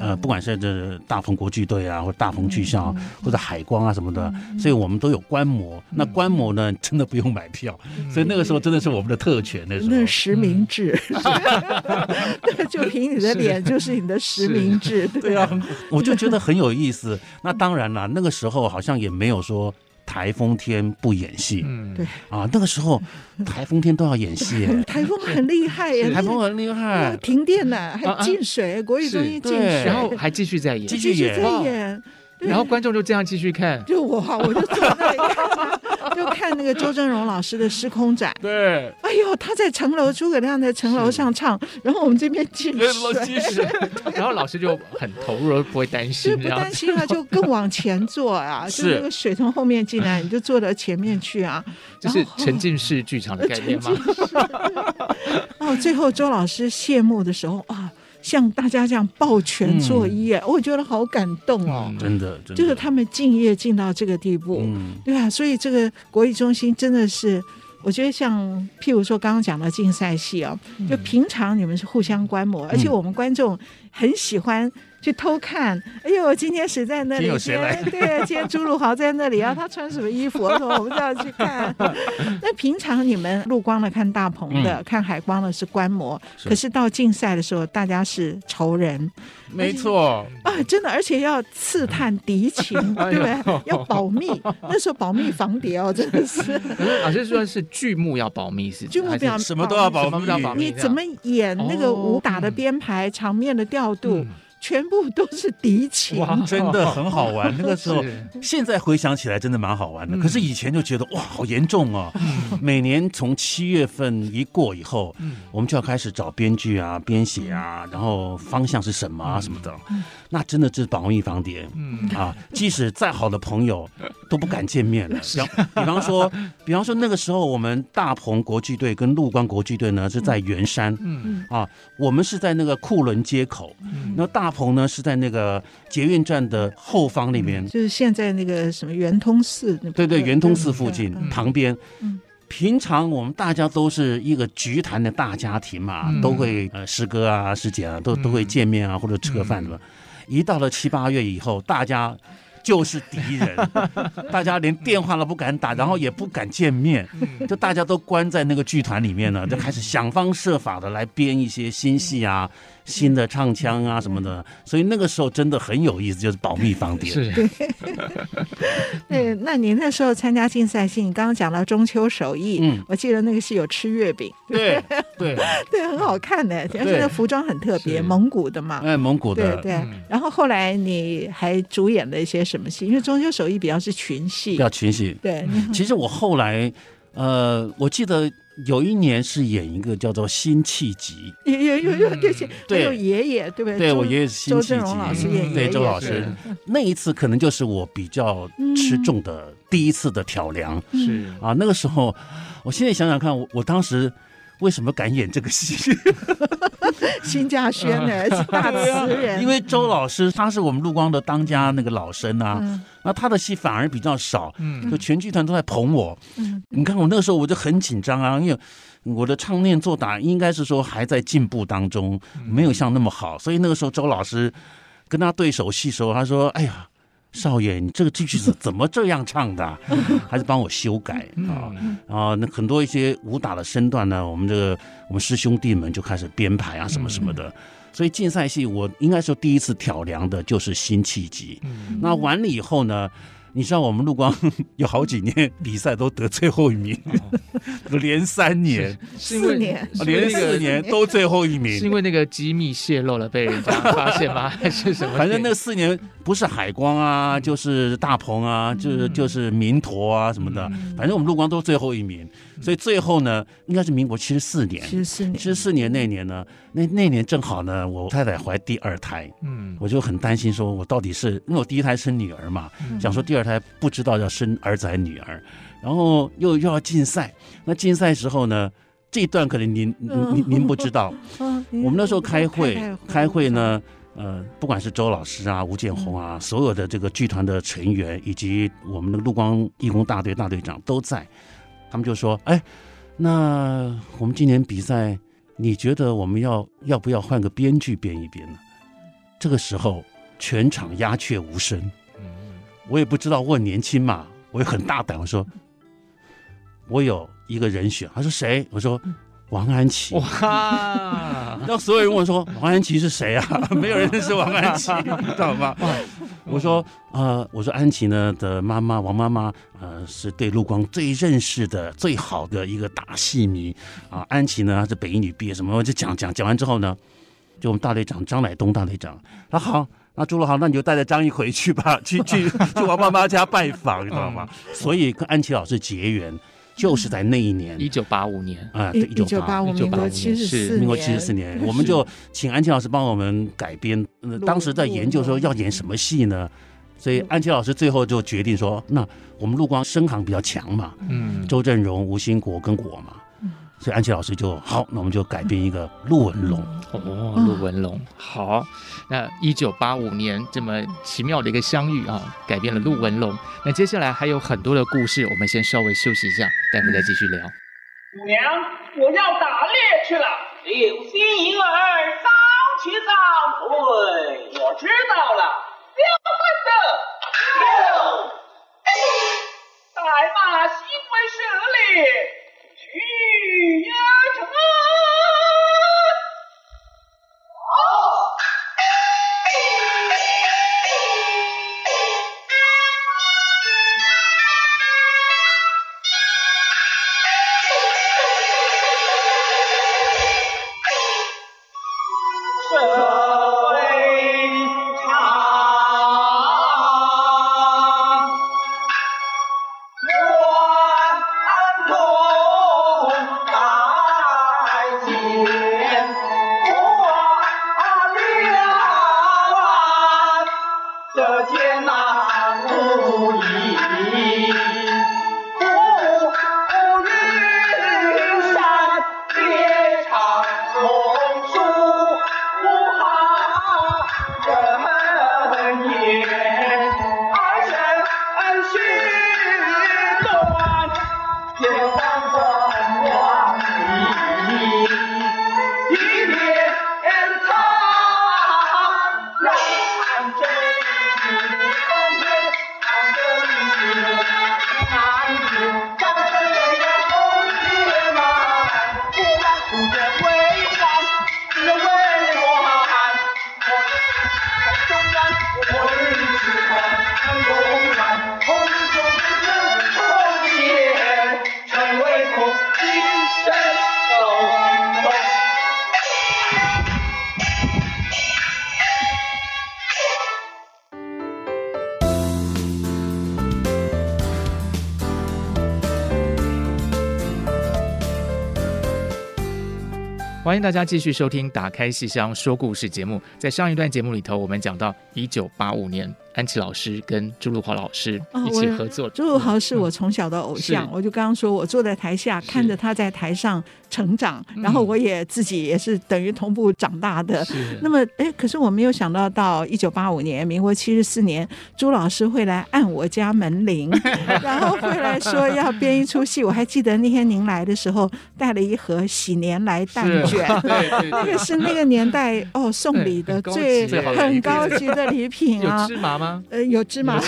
D: 呃，不管是这大鹏国剧队啊，或者大鹏剧
B: 嗯
D: 校，
A: 嗯
D: 或者海光啊什么的，所以我们都有观摩。那
A: 嗯
D: 观摩呢，真的不用买票， 所以那个时候真的是我们的特权。那时候
B: 那是实名制，
D: 嗯
B: 对就凭你的脸就是你的实名制，对啊，
D: 我就觉得很有意思。那当然啦，那个时候好像也没有说台风天不演戏、
A: 嗯
B: 对
D: 啊，那个时候台风天都要演戏耶、
B: 台风很厉害耶，
D: 台风很厉
B: 那个
D: 害，
B: 停电呢，
A: 啊啊
B: 还进水，国艺中心进
D: 对啊
B: 水，
A: 然后还继续再演，
D: 继续
B: 继续
D: 演
B: 再演。
A: 然后观众就这样继续看，
B: 就我，我就坐那里看，就看那个周正荣老师的《失空展》。
A: 对，
B: 哎呦，他在城楼，诸葛亮在城楼上唱，然后我们这边进水，
A: 继续， 然后老师就很投入，不会担
B: 就
A: 心
B: 是不
A: 这样
B: 担
A: 子。
B: 心啊，就更往前坐啊， 就是那个水从后面进来，你就坐到前面去 啊。
A: 这是沉浸式剧场的概念吗？
B: 哦，最后周老师谢幕的时候啊，向大家这样抱拳作揖、啊，我觉得好感动哦。
A: 嗯
D: 真的，真的
B: 就是他们敬业敬到这个地步，
D: 嗯，
B: 对啊，所以这个国艺中心真的是。我觉得像，譬如说刚刚讲到
A: 嗯
B: 竞赛戏哦，就平常你们是互相观摩，而且我们观众很喜欢去偷看。哎呦，今天谁在那
A: 今
B: 里？
A: 天有谁来
B: 今天对，今天朱鲁豪在那里啊，他穿什么衣服？我说我们都要去 看。那平常你们陆光的看大鹏的，看海光的是观摩，
A: 嗯是
B: 可是到竞赛的时候，大家是仇人
A: 没错，
B: 啊，真的，而且要刺探敌情，
A: 哎
B: 对
A: 呦
B: 不对？要保密，那时候保密防谍哦，真的是。
A: 可是老师说是剧目要保密是，
B: 剧目
A: 还是
B: 表
D: 什么都要保
A: 什么
D: 密
A: 都要保密
B: 你怎么演那个武打的编排、场面的调
D: 哦
B: 度，全部都是敌情。
A: 哇
D: 真的很好 玩。那个时候
A: 是，
D: 现在回想起来真的蛮好玩的。
A: 嗯
D: 可是以前就觉得哇，好严重哦。每年从七月份一过以后，我们就要开始找编剧啊、编写啊，然后方向是什么啊什么的。那真的就是保密防谍。
A: 嗯
D: 啊，即使再好的朋友都不敢见面 了。比方比方说，比方说那个时候我们大鹏国际队跟陆光国际队呢是在圆山，
A: 嗯
D: 啊，我们是在那个库伦街口，那大鹏呢是在那个捷运站的后方那边，
B: 就是现在那个什么圆通寺那边，
D: 对对，圆通寺附近
B: 嗯嗯
D: 旁边
B: 嗯。
D: 平常我们大家都是一个局谈的大家庭嘛，
A: 嗯
D: 都会呃师哥啊师姐啊都都会见面啊或者吃个饭的。一到了七八月以后，大家就是敌人，大家连电话都不敢打，然后也不敢见面，就大家都关在那个剧团里面呢，就开始想方设法的来编一些新戏啊、新的唱腔啊什么的。所以那个时候真的很有意思，就是保密防谍。
A: 是
B: 对，
D: 嗯
B: 那你那时候参加竞赛戏，你刚刚讲到中秋手艺，
D: 嗯
B: 我记得那个是有吃月饼，
D: 对对，
B: 对，很好看的，而且那个服装很特别，
A: 是
B: 蒙古的嘛。
D: 哎，蒙古
B: 对
D: 的
B: 对
A: 嗯，
B: 然后后来你还主演了一些什么戏？因为中秋手艺比较是群戏
D: 比，较群戏。
B: 对，
D: 其实我后来，呃，我记得有一年是演一个叫做《辛弃疾
B: 有有有有对，还
D: 嗯对
B: 有爷爷，对不》，对？
D: 对
B: 呃周
D: 我爷爷是辛
B: 周
D: 弃
B: 正荣老师
D: 疾，
B: 演爷
A: 嗯
B: 爷，
D: 对周老
A: 是
D: 师那一次可能就是我比较
B: 嗯
D: 吃重的第一次的挑梁、
A: 是
D: 啊。那个时候，我现在想想看，我我当时为什么敢演这个戏？
B: 辛稼轩呢，是 大词人，
D: 嗯啊因为周老师他是我们陆光的当家那个老生啊，
B: 嗯
D: 那他的戏反而比较少，
A: 嗯
D: 就全剧团都在捧我。
B: 嗯
D: 你看我那个时候我就很紧张啊，因为我的唱念做打应该是说还在进步当中，没有像那么好，所以那个时候周老师跟他对手戏的时候，他说：“哎呀。”少爷，你这个这句子怎么 这样唱的啊、还是帮我修改
B: 嗯
D: 啊啊！那很多一些武打的身段呢，我们这个我们师兄弟们就开始编排啊，什么什么的。所以竞赛戏我应该说第一次挑梁的就是辛弃疾。那完了以后呢，你知道我们陆光有好几年比赛都得最后一名， 连三年，啊
A: 是因为
B: 四年
A: 是因为
D: 连
A: 那个
D: 四年都最后一
A: 是
D: 名。
A: 因为那个机密泄露了被人家发现吗？还是什么？
D: 反正那四年不是海光啊，就是大鹏啊，就是就是民陀啊什么的，反正我们陆光都最后一名。所以最后呢，应该是民国七十四年。
B: 十四
D: 七
B: 年，
D: 十四年那年呢，那那年正好呢，我太太怀第二胎，
A: 嗯
D: 我就很担心，说我到底是因为我第一胎生女儿嘛，想说第二胎不知道要生儿子还是女儿，然后又又要竞赛，那竞赛时候呢，这一段可能您您您您不知道，
B: 哦
D: 我们那时候开会
B: 太太
D: 开会呢。呃，不管是周老师啊、吴建宏啊，所有的这个剧团的成员，以及我们的陆光义工大队大队长都在，他们就说：“哎，那我们今年比赛，你觉得我们要要不要换个编剧编一编呢？”这个时候，全场鸦雀无声。我也不知道，我很年轻嘛，我也很大胆，我说我有一个人选。他说谁？我说王安琪。
A: 哇，
D: 让所有人问我说王安琪是谁啊？ 没有人认识王安琪， 知道吗？我说，呃，我说安琪呢的妈妈王妈妈，呃，是对陆光最认识的、最好的一个大戏迷啊。安琪呢她是北一女毕业，什么我就讲讲讲完之后呢，就我们大队长张乃东大队长，他好。那朱老好，那你就带着张毅回去吧，去去去王妈妈家拜访，你知道吗？
B: 嗯
D: 所以跟安琪老师结缘，就是在那一年
A: 一九八五年，
D: 啊，
B: 嗯一
D: 对，
B: 一九八五，民国七十四
A: 1985
B: 年，
D: 民国七十四年，我们就请安琪老师帮我们改编。呃，
B: 录嗯
D: 当时在研究说要演什么戏呢，所以安琪老师最后就决定说，那我们陆光声行比较强嘛，
A: 嗯，
D: 周正荣、吴兴国跟我嘛，
B: 嗯
D: 所以安琪老师就好，那我们就改编一个陆文龙。
B: 嗯
A: 哦，陆文龙，好，那一九八五年这么奇妙的一个相遇啊，改变了陆文龙。那接下来还有很多的故事，我们先稍微休息一下，待会再继续聊。
F: 娘，我要打猎去了。柳心银儿，早起早退，我知道了。六分的六，待马西归十里去呀城。好。社会常，乱中带剑，花两岸这艰难无易。不云山，夜长红烛好人也。二人须断，也当分两离。一年长，两真难分，真难分，难分呀，红也难，不难不也为难，只为我。中央，我日子看中原，红中的中间，成为孔金身走龙。
A: 欢迎大家继续收听《打开戏箱说故事》节目。在上一段节目里头，我们讲到一九八五年，安琪老师跟朱露华老师
B: 哦
A: 一起
B: 我
A: 合作。
B: 周汝豪是我从小的偶像，
A: 是
B: 我就刚刚说，我坐在台下看着他在台上成长，然
D: 嗯
B: 后我也自己也是等于同步长大的。
A: 是
B: 那么，哎，可是我没有想到，到一九八五年，民国七十四年，朱老师会来按我家 门铃，然后会来说要编一出戏。我还记得那天您来的时候，带了一盒喜年来蛋卷，
A: 对对
B: 那
A: 对，
B: 个是那个年 代哦送礼的
A: 很高级
B: 最
A: 最好的礼
B: 很
A: 品
B: 高 级的礼品
A: 有
B: 啊，
A: 芝麻吗？
B: 呃，有芝麻，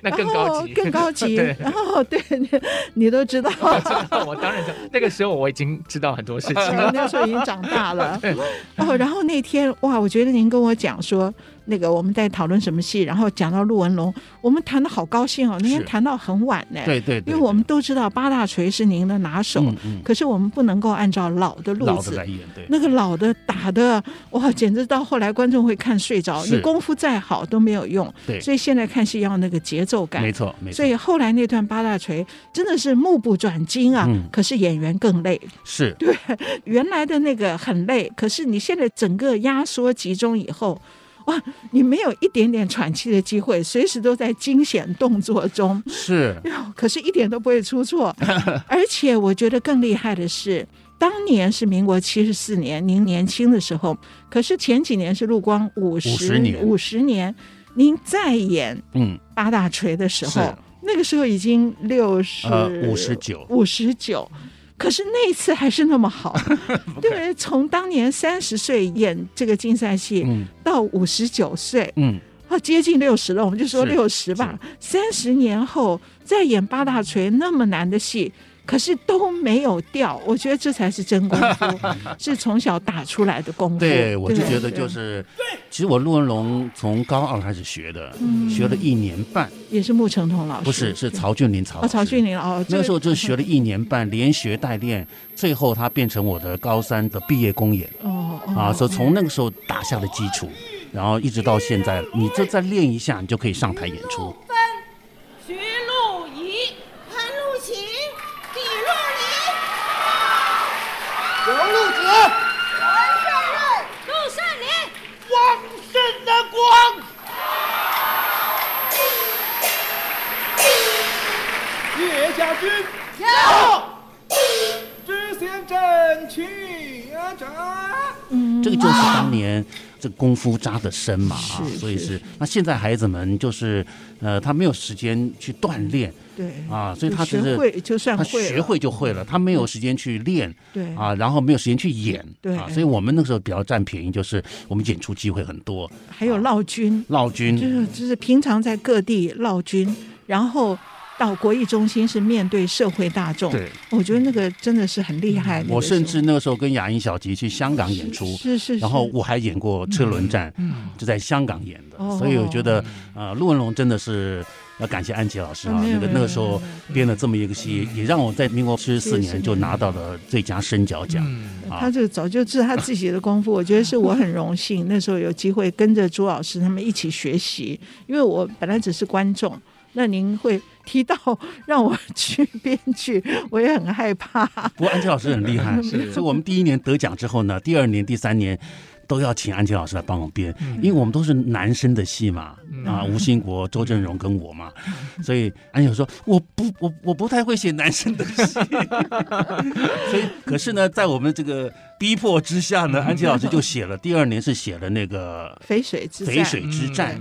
A: 那
B: 然
A: 更
B: 后
A: 高级，
B: 更高级。
A: 对。
B: 然后对，你你都 知道，
A: 我当然知道， 那个时候我已经知道很多事 情。
B: 哎那时候已经长大了。哦，然后那天哇，我觉得您跟我讲说，那个我们在讨论什么戏，然后讲到陆文龙，我们谈的好高兴哦，那天
D: 是
B: 谈到很晚呢。
D: 对对对，
B: 因为我们都知道八大锤是您的拿手，
D: 嗯嗯
B: 可是我们不能够按照老的路
D: 老
B: 子
D: 的来演，对，
B: 那个老的打的哇，简直到后来观众会看睡着，
D: 是
B: 你功夫再好都没有用。
D: 对
B: 所以现在看戏要那个节奏感
D: 没。错没错
B: 所，以后来那段八大锤真的是目不转睛啊，
D: 嗯
B: 可是演员更累。
D: 是
B: 原来的那个很累，可是你现在整个压缩集中以后，哇，你没有一点点喘气的机会，随时都在惊险动作 中。
D: 是，
B: 可是一点都不会出 错。而且我觉得更厉害的是，当年是民国七十四年，您年轻的时候，可是前几年是陆光五
D: 50年
B: 五十年，您再演
D: 嗯，
B: 八大锤的时候
D: 是，
B: 那个时候已经六十
D: 呃59
B: 五十九。可是那一次还是那么 好，对不对？从当年三十岁演这个竞赛戏，
D: 嗯
B: 到五十九岁，
D: 嗯，
B: 哦，接近六十了，我们就说
D: 是
B: 六十吧。三十年后再演八大锤那么难的戏，可是都没有掉，我觉得这才是真功 夫，是从小打出来的功夫。
D: 对，我就
B: 不
D: 觉得就是，其实我陆文龙从高二开始学的，
B: 嗯
D: 学了一年半，
B: 也是穆成彤老师，
D: 不是是曹俊霖曹
B: 哦，
D: 老师
B: 曹俊霖哦，
D: 那个时候就学
B: 了
D: 了一年半，连学带练，最后他变成我的高三的毕业公演
B: 哦哦
D: 啊，所以从那个时候打下了基础，然后一直到现在，你就再练一下，你就可以上台演出。
G: 徐路仪、潘路行、李若琳、
C: 杨路子，
G: 王胜任、陆善林、
C: 旺盛的光。叶家军到，知县镇曲呀长。
B: 嗯
D: 这个就是当年这功夫扎得深嘛啊
B: 是，
D: 所以
B: 是
D: 是那现在孩子们就是呃，他没有时间去锻炼
B: 对，
D: 啊，所以他只
B: 学
D: 是
B: 会就算
D: 他
B: 会了
D: 学会就会了，他没有时间去练
B: 对
D: 啊，然后没有时间去演
B: 对
D: 啊，所以我们那时候比较占便宜，就是我们演出机会很多，
B: 还有闹军，
D: 闹
B: 就
D: 军
B: 是就是平常在各地闹军，然后到国艺中心是面对社会大众。
D: 对。嗯
B: 我觉得那个真的是很厉害。那个
D: 我
B: 时候
D: 甚至那个时候跟雅音小吉去香港演出，
B: 是是是，嗯
D: 然后我还演过车轮战，就在香港演的，
B: 哦
D: 所以我觉得呃，陆文龙真的是要感谢安琪老师啊
B: 啊，没有
D: 那个
B: 没有
D: 那个时候编了这么一个戏，也让我在民国七十四年就拿到了最佳声角奖啊
B: 他。就早就知道他自己的功夫，我觉得是我很荣幸，那时候有机会跟着朱老师他们一起学习，因为我本来只是观众。那您会提到 让我去编剧，我也很害怕。
D: 不过安琪老师很厉害，
A: 是
D: 所以我们第一年得奖之后呢，第二年、第三年。都要请安琪老师来帮我编，因为我们都是男生的戏嘛，啊，吴兴国、周正荣跟我嘛，所以安琪老师说我不我我不太会写男生的戏， 所以可是呢，在我们这个逼迫之下呢，安琪老师就写了，第二年是写了那个
B: 淝水之战，
D: 淝水之
B: 嗯
D: 战，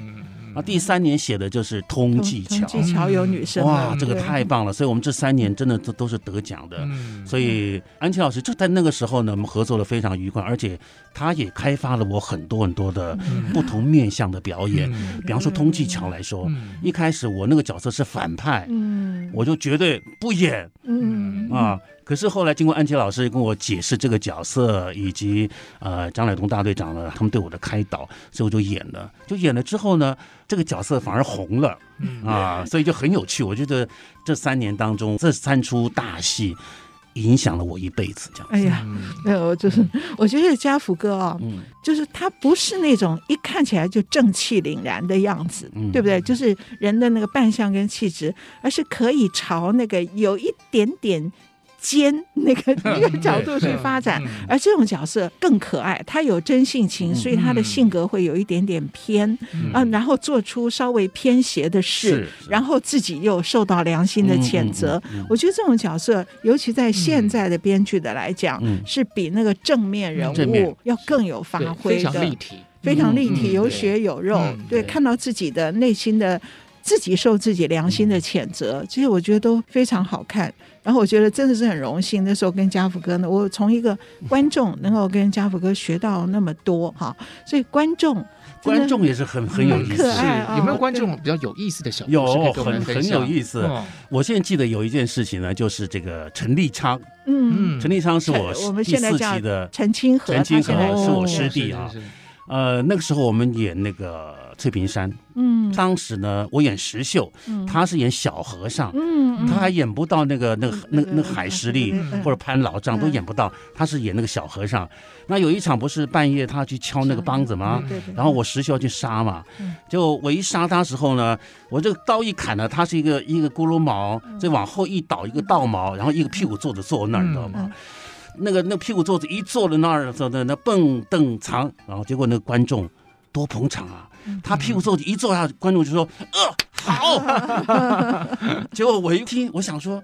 D: 啊，第三年写的就是通
B: 通
D: 济
B: 通
D: 桥，
B: 济桥有女生嘛
D: 嗯哇，这个
B: 对
D: 太棒了！所以我们这三年真的都都是得奖的。
A: 嗯
D: 所以安琪老师就在那个时候呢，我们合作的非常愉快，而且他也开发了我很多很多的不同面向的表演。
A: 嗯
D: 比方说通济桥来说，
A: 嗯
D: 一开始我那个角色是反派，
B: 嗯
D: 我就绝对不演
B: 嗯
D: 啊。可是后来经过安琪老师跟我解释这个角色，以及呃张乃东大队长呢他们对我的开导，所以我就演了。就演了之后呢，这个角色反而红了。
B: 嗯
D: 啊，所以就很有趣。我觉得这三年当中，这三出大戏影响了我一辈子，这样。
B: 哎呀，没有，我就是我觉得家福哥啊、
D: 嗯，
B: 就是他不是那种一看起来就正气凛然的样子，
D: 嗯
B: 对不对？就是人的那个扮相跟气质，而是可以朝那个有一点点尖那个那个角度去发展。
D: 嗯
B: 而这种角色更可爱，他有真性情，所以他的性格会有一点点偏啊、然后做出稍微偏斜的事，
D: 嗯是是
B: 然后自己又受到良心的谴责。
D: 嗯嗯嗯嗯
B: 我觉得这种角色，尤其在现在的编剧的来讲，
D: 嗯
B: 是比那个正面人
D: 正面
B: 物要更有发
A: 对
B: 挥
A: 非
B: 的，
A: 常立体，
B: 非常立
A: 嗯
B: 体，有
A: 对
B: 血有肉
A: 嗯，
B: 对，看到自己的内心的。自己受自己良
D: 嗯
B: 心的谴责，这些我觉得都非常好看。然后我觉得真的是很荣幸，那时候跟家福哥呢，我从一 个观众能够跟家福哥学到那么多哈，所以观众真的
D: 观众也是很很有意
B: 很可
D: 思。
B: 爱
A: 是有没有
B: 哦
A: 观众比较有意思的小故事
D: 有
A: 可以跟我
D: 很
A: 们分
D: 很
A: 享
D: 有意思
B: 嗯
A: 哦
D: 我现在记得有一件事情呢，就是这个陈立昌，
B: 嗯，
A: 嗯
D: 陈立昌是
B: 陈
D: 我
B: 我们
D: 第
B: 现在
D: 四
B: 叫
D: 期的，
B: 陈清河，
D: 陈清河
B: 他现在
D: 是我
B: 哦
D: 师弟啊
A: 是是是
D: 呃，那个时候我们演那个《翠屏山》，
B: 嗯
D: 当时呢我演石秀，
B: 嗯
D: 他是演小和尚，
B: 嗯，
D: 他还演不到那个那个那个那个海石力
B: 嗯嗯
D: 或者潘老丈都
B: 嗯
D: 演不到，他是演那个小和尚。那有一场不是半夜他去敲那个梆子吗？
B: 对对对
D: 哦然后我实习要去杀嘛，就我一杀他时候呢，我这个刀一砍呢，他是一个一个咕噜毛，再往后一倒一个倒毛，然后一个屁股坐着坐那儿，你知道吗？那个那个屁股坐着一坐在那儿的时候呢，那蹦蹬长，然后结果那个观众多捧场啊，他屁股坐着一坐下，去，观众就说呃好，结果我一听，我想说，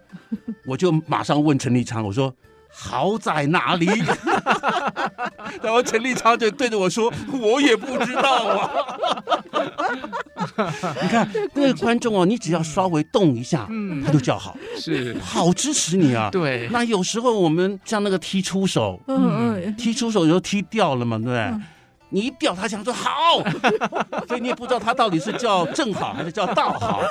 D: 我就马上问陈立昌，我说。好在哪里？然后陈立昌就对着我说：“我也不知道啊。” 你看那个观众哦，你只要稍微动一下，
A: 嗯
D: 他就叫好，
A: 是，
D: 好支持你啊。
A: 对，
D: 那有时候我们像那个踢出手，
B: 嗯嗯，
D: 踢出手有时候踢掉了嘛，对不对？你一掉，他想说 好，所以你也不知道他到底是叫正好还是叫道好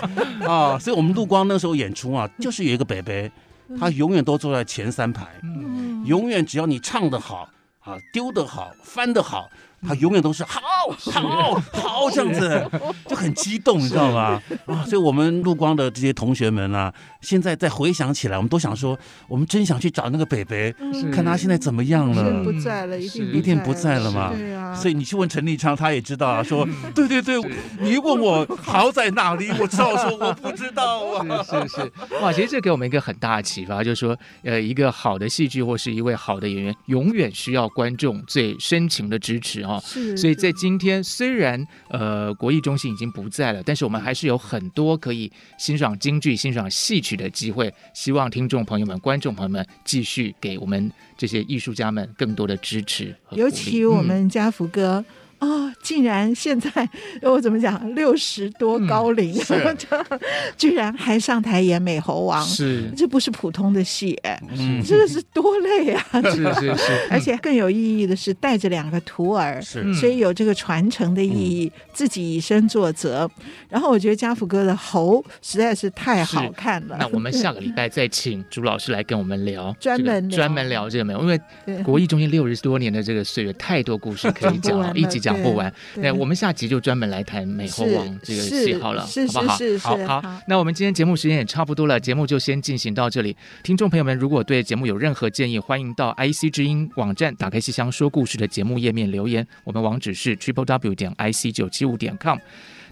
D: 啊。所以我们陆光那时候演出啊，就是有一个北北，
B: 嗯
D: 他永远都坐在前三排，
A: 嗯
D: 永远只要你唱得好啊，丢得好，翻得好，
A: 嗯
D: 他永远都是好好好这样子，就很激动，你知道吗？啊，所以我们陆光的这些同学们啊，现在再回想起来，我们都想说，我们真想去找那个北北，
A: 是
D: 看他现在怎么样
B: 嗯是
D: 了。
B: 不在了，一
A: 是
B: 定
D: 一定不在了嘛
B: 嘛，对啊，嗯
D: 所以你去问陈立昌，他也知道啊。 说，对对对，你一问我好在哪里，我知道说我不知道啊。
A: 是是是，哇，其实这给我们一个很大的启发，就是说，呃，一个好的戏剧或是一位好的演员，永远需要观众最深情的支持哦。
B: 是
A: 所以在今天，虽然呃国艺中心已经不在了，但是我
B: 嗯
A: 们还是有很多可以欣赏京剧、欣赏戏曲的机会。希望听众朋友们、观众朋友们继续给我们这些艺术家们更多的支持和鼓励。嗯
B: 尤其我们家福哥，哦，竟然现在我怎么讲，六十多高龄
D: 嗯
B: 什么的， 居然还上台演美猴王，
A: 是，
B: 这不是普通的戏、哎
A: 嗯，
B: 这是多累啊！
A: 是是是，
B: 而且更有意义的是，带着两个徒儿，
D: 是
A: 嗯
B: 所以有这个传承的意义，自己以身作则。然后我觉得家福哥的猴实在是太好看了，
A: 那我们 下个礼拜再请朱老师来跟我们聊这个，
B: 专门聊
A: 专门聊这个没有，因为
B: 对
A: 国艺中心六十多年的这个岁月，太多故事可以
B: 讲不
A: 讲
B: 完
A: 了，
B: 了
A: 一集讲不完。
B: 对对
A: 那我们下集就专门来谈美猴
B: 是
A: 王这个
B: 是
A: 戏好了，
B: 是
A: 好不好？
B: 是是是
A: 好
B: 好
A: 好。那我们今天节目时间也差不多了，节目就先进行到这里。听众朋友们，如果对节目有任何建议，欢迎到 IC 之音网站打开戏箱说故事的节目页面留言，我们网址是 triple w 点 ic 九七五点 com。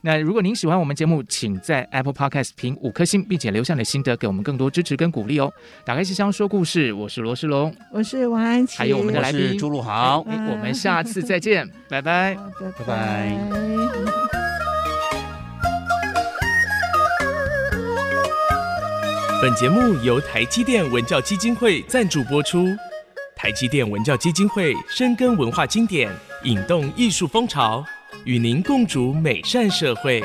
A: 那如果您喜欢我们节目，请在 Apple Podcast 评五颗星，并且留下你的心得，给我们更多支持跟鼓励哦。打开信箱说故事，我是罗世龙，
B: 我是王安琪，
A: 还有我们的
D: 我
A: 来
D: 是
A: 宾
D: 朱露
B: 嗯
D: 豪。
A: 哎我们下次再见，拜拜。
B: 拜
D: 拜
B: 拜
H: 本节目由台积电文教基金会赞助播出。台积电文教基金会深耕文化经典，引动艺术风潮，与您共筑美善社会。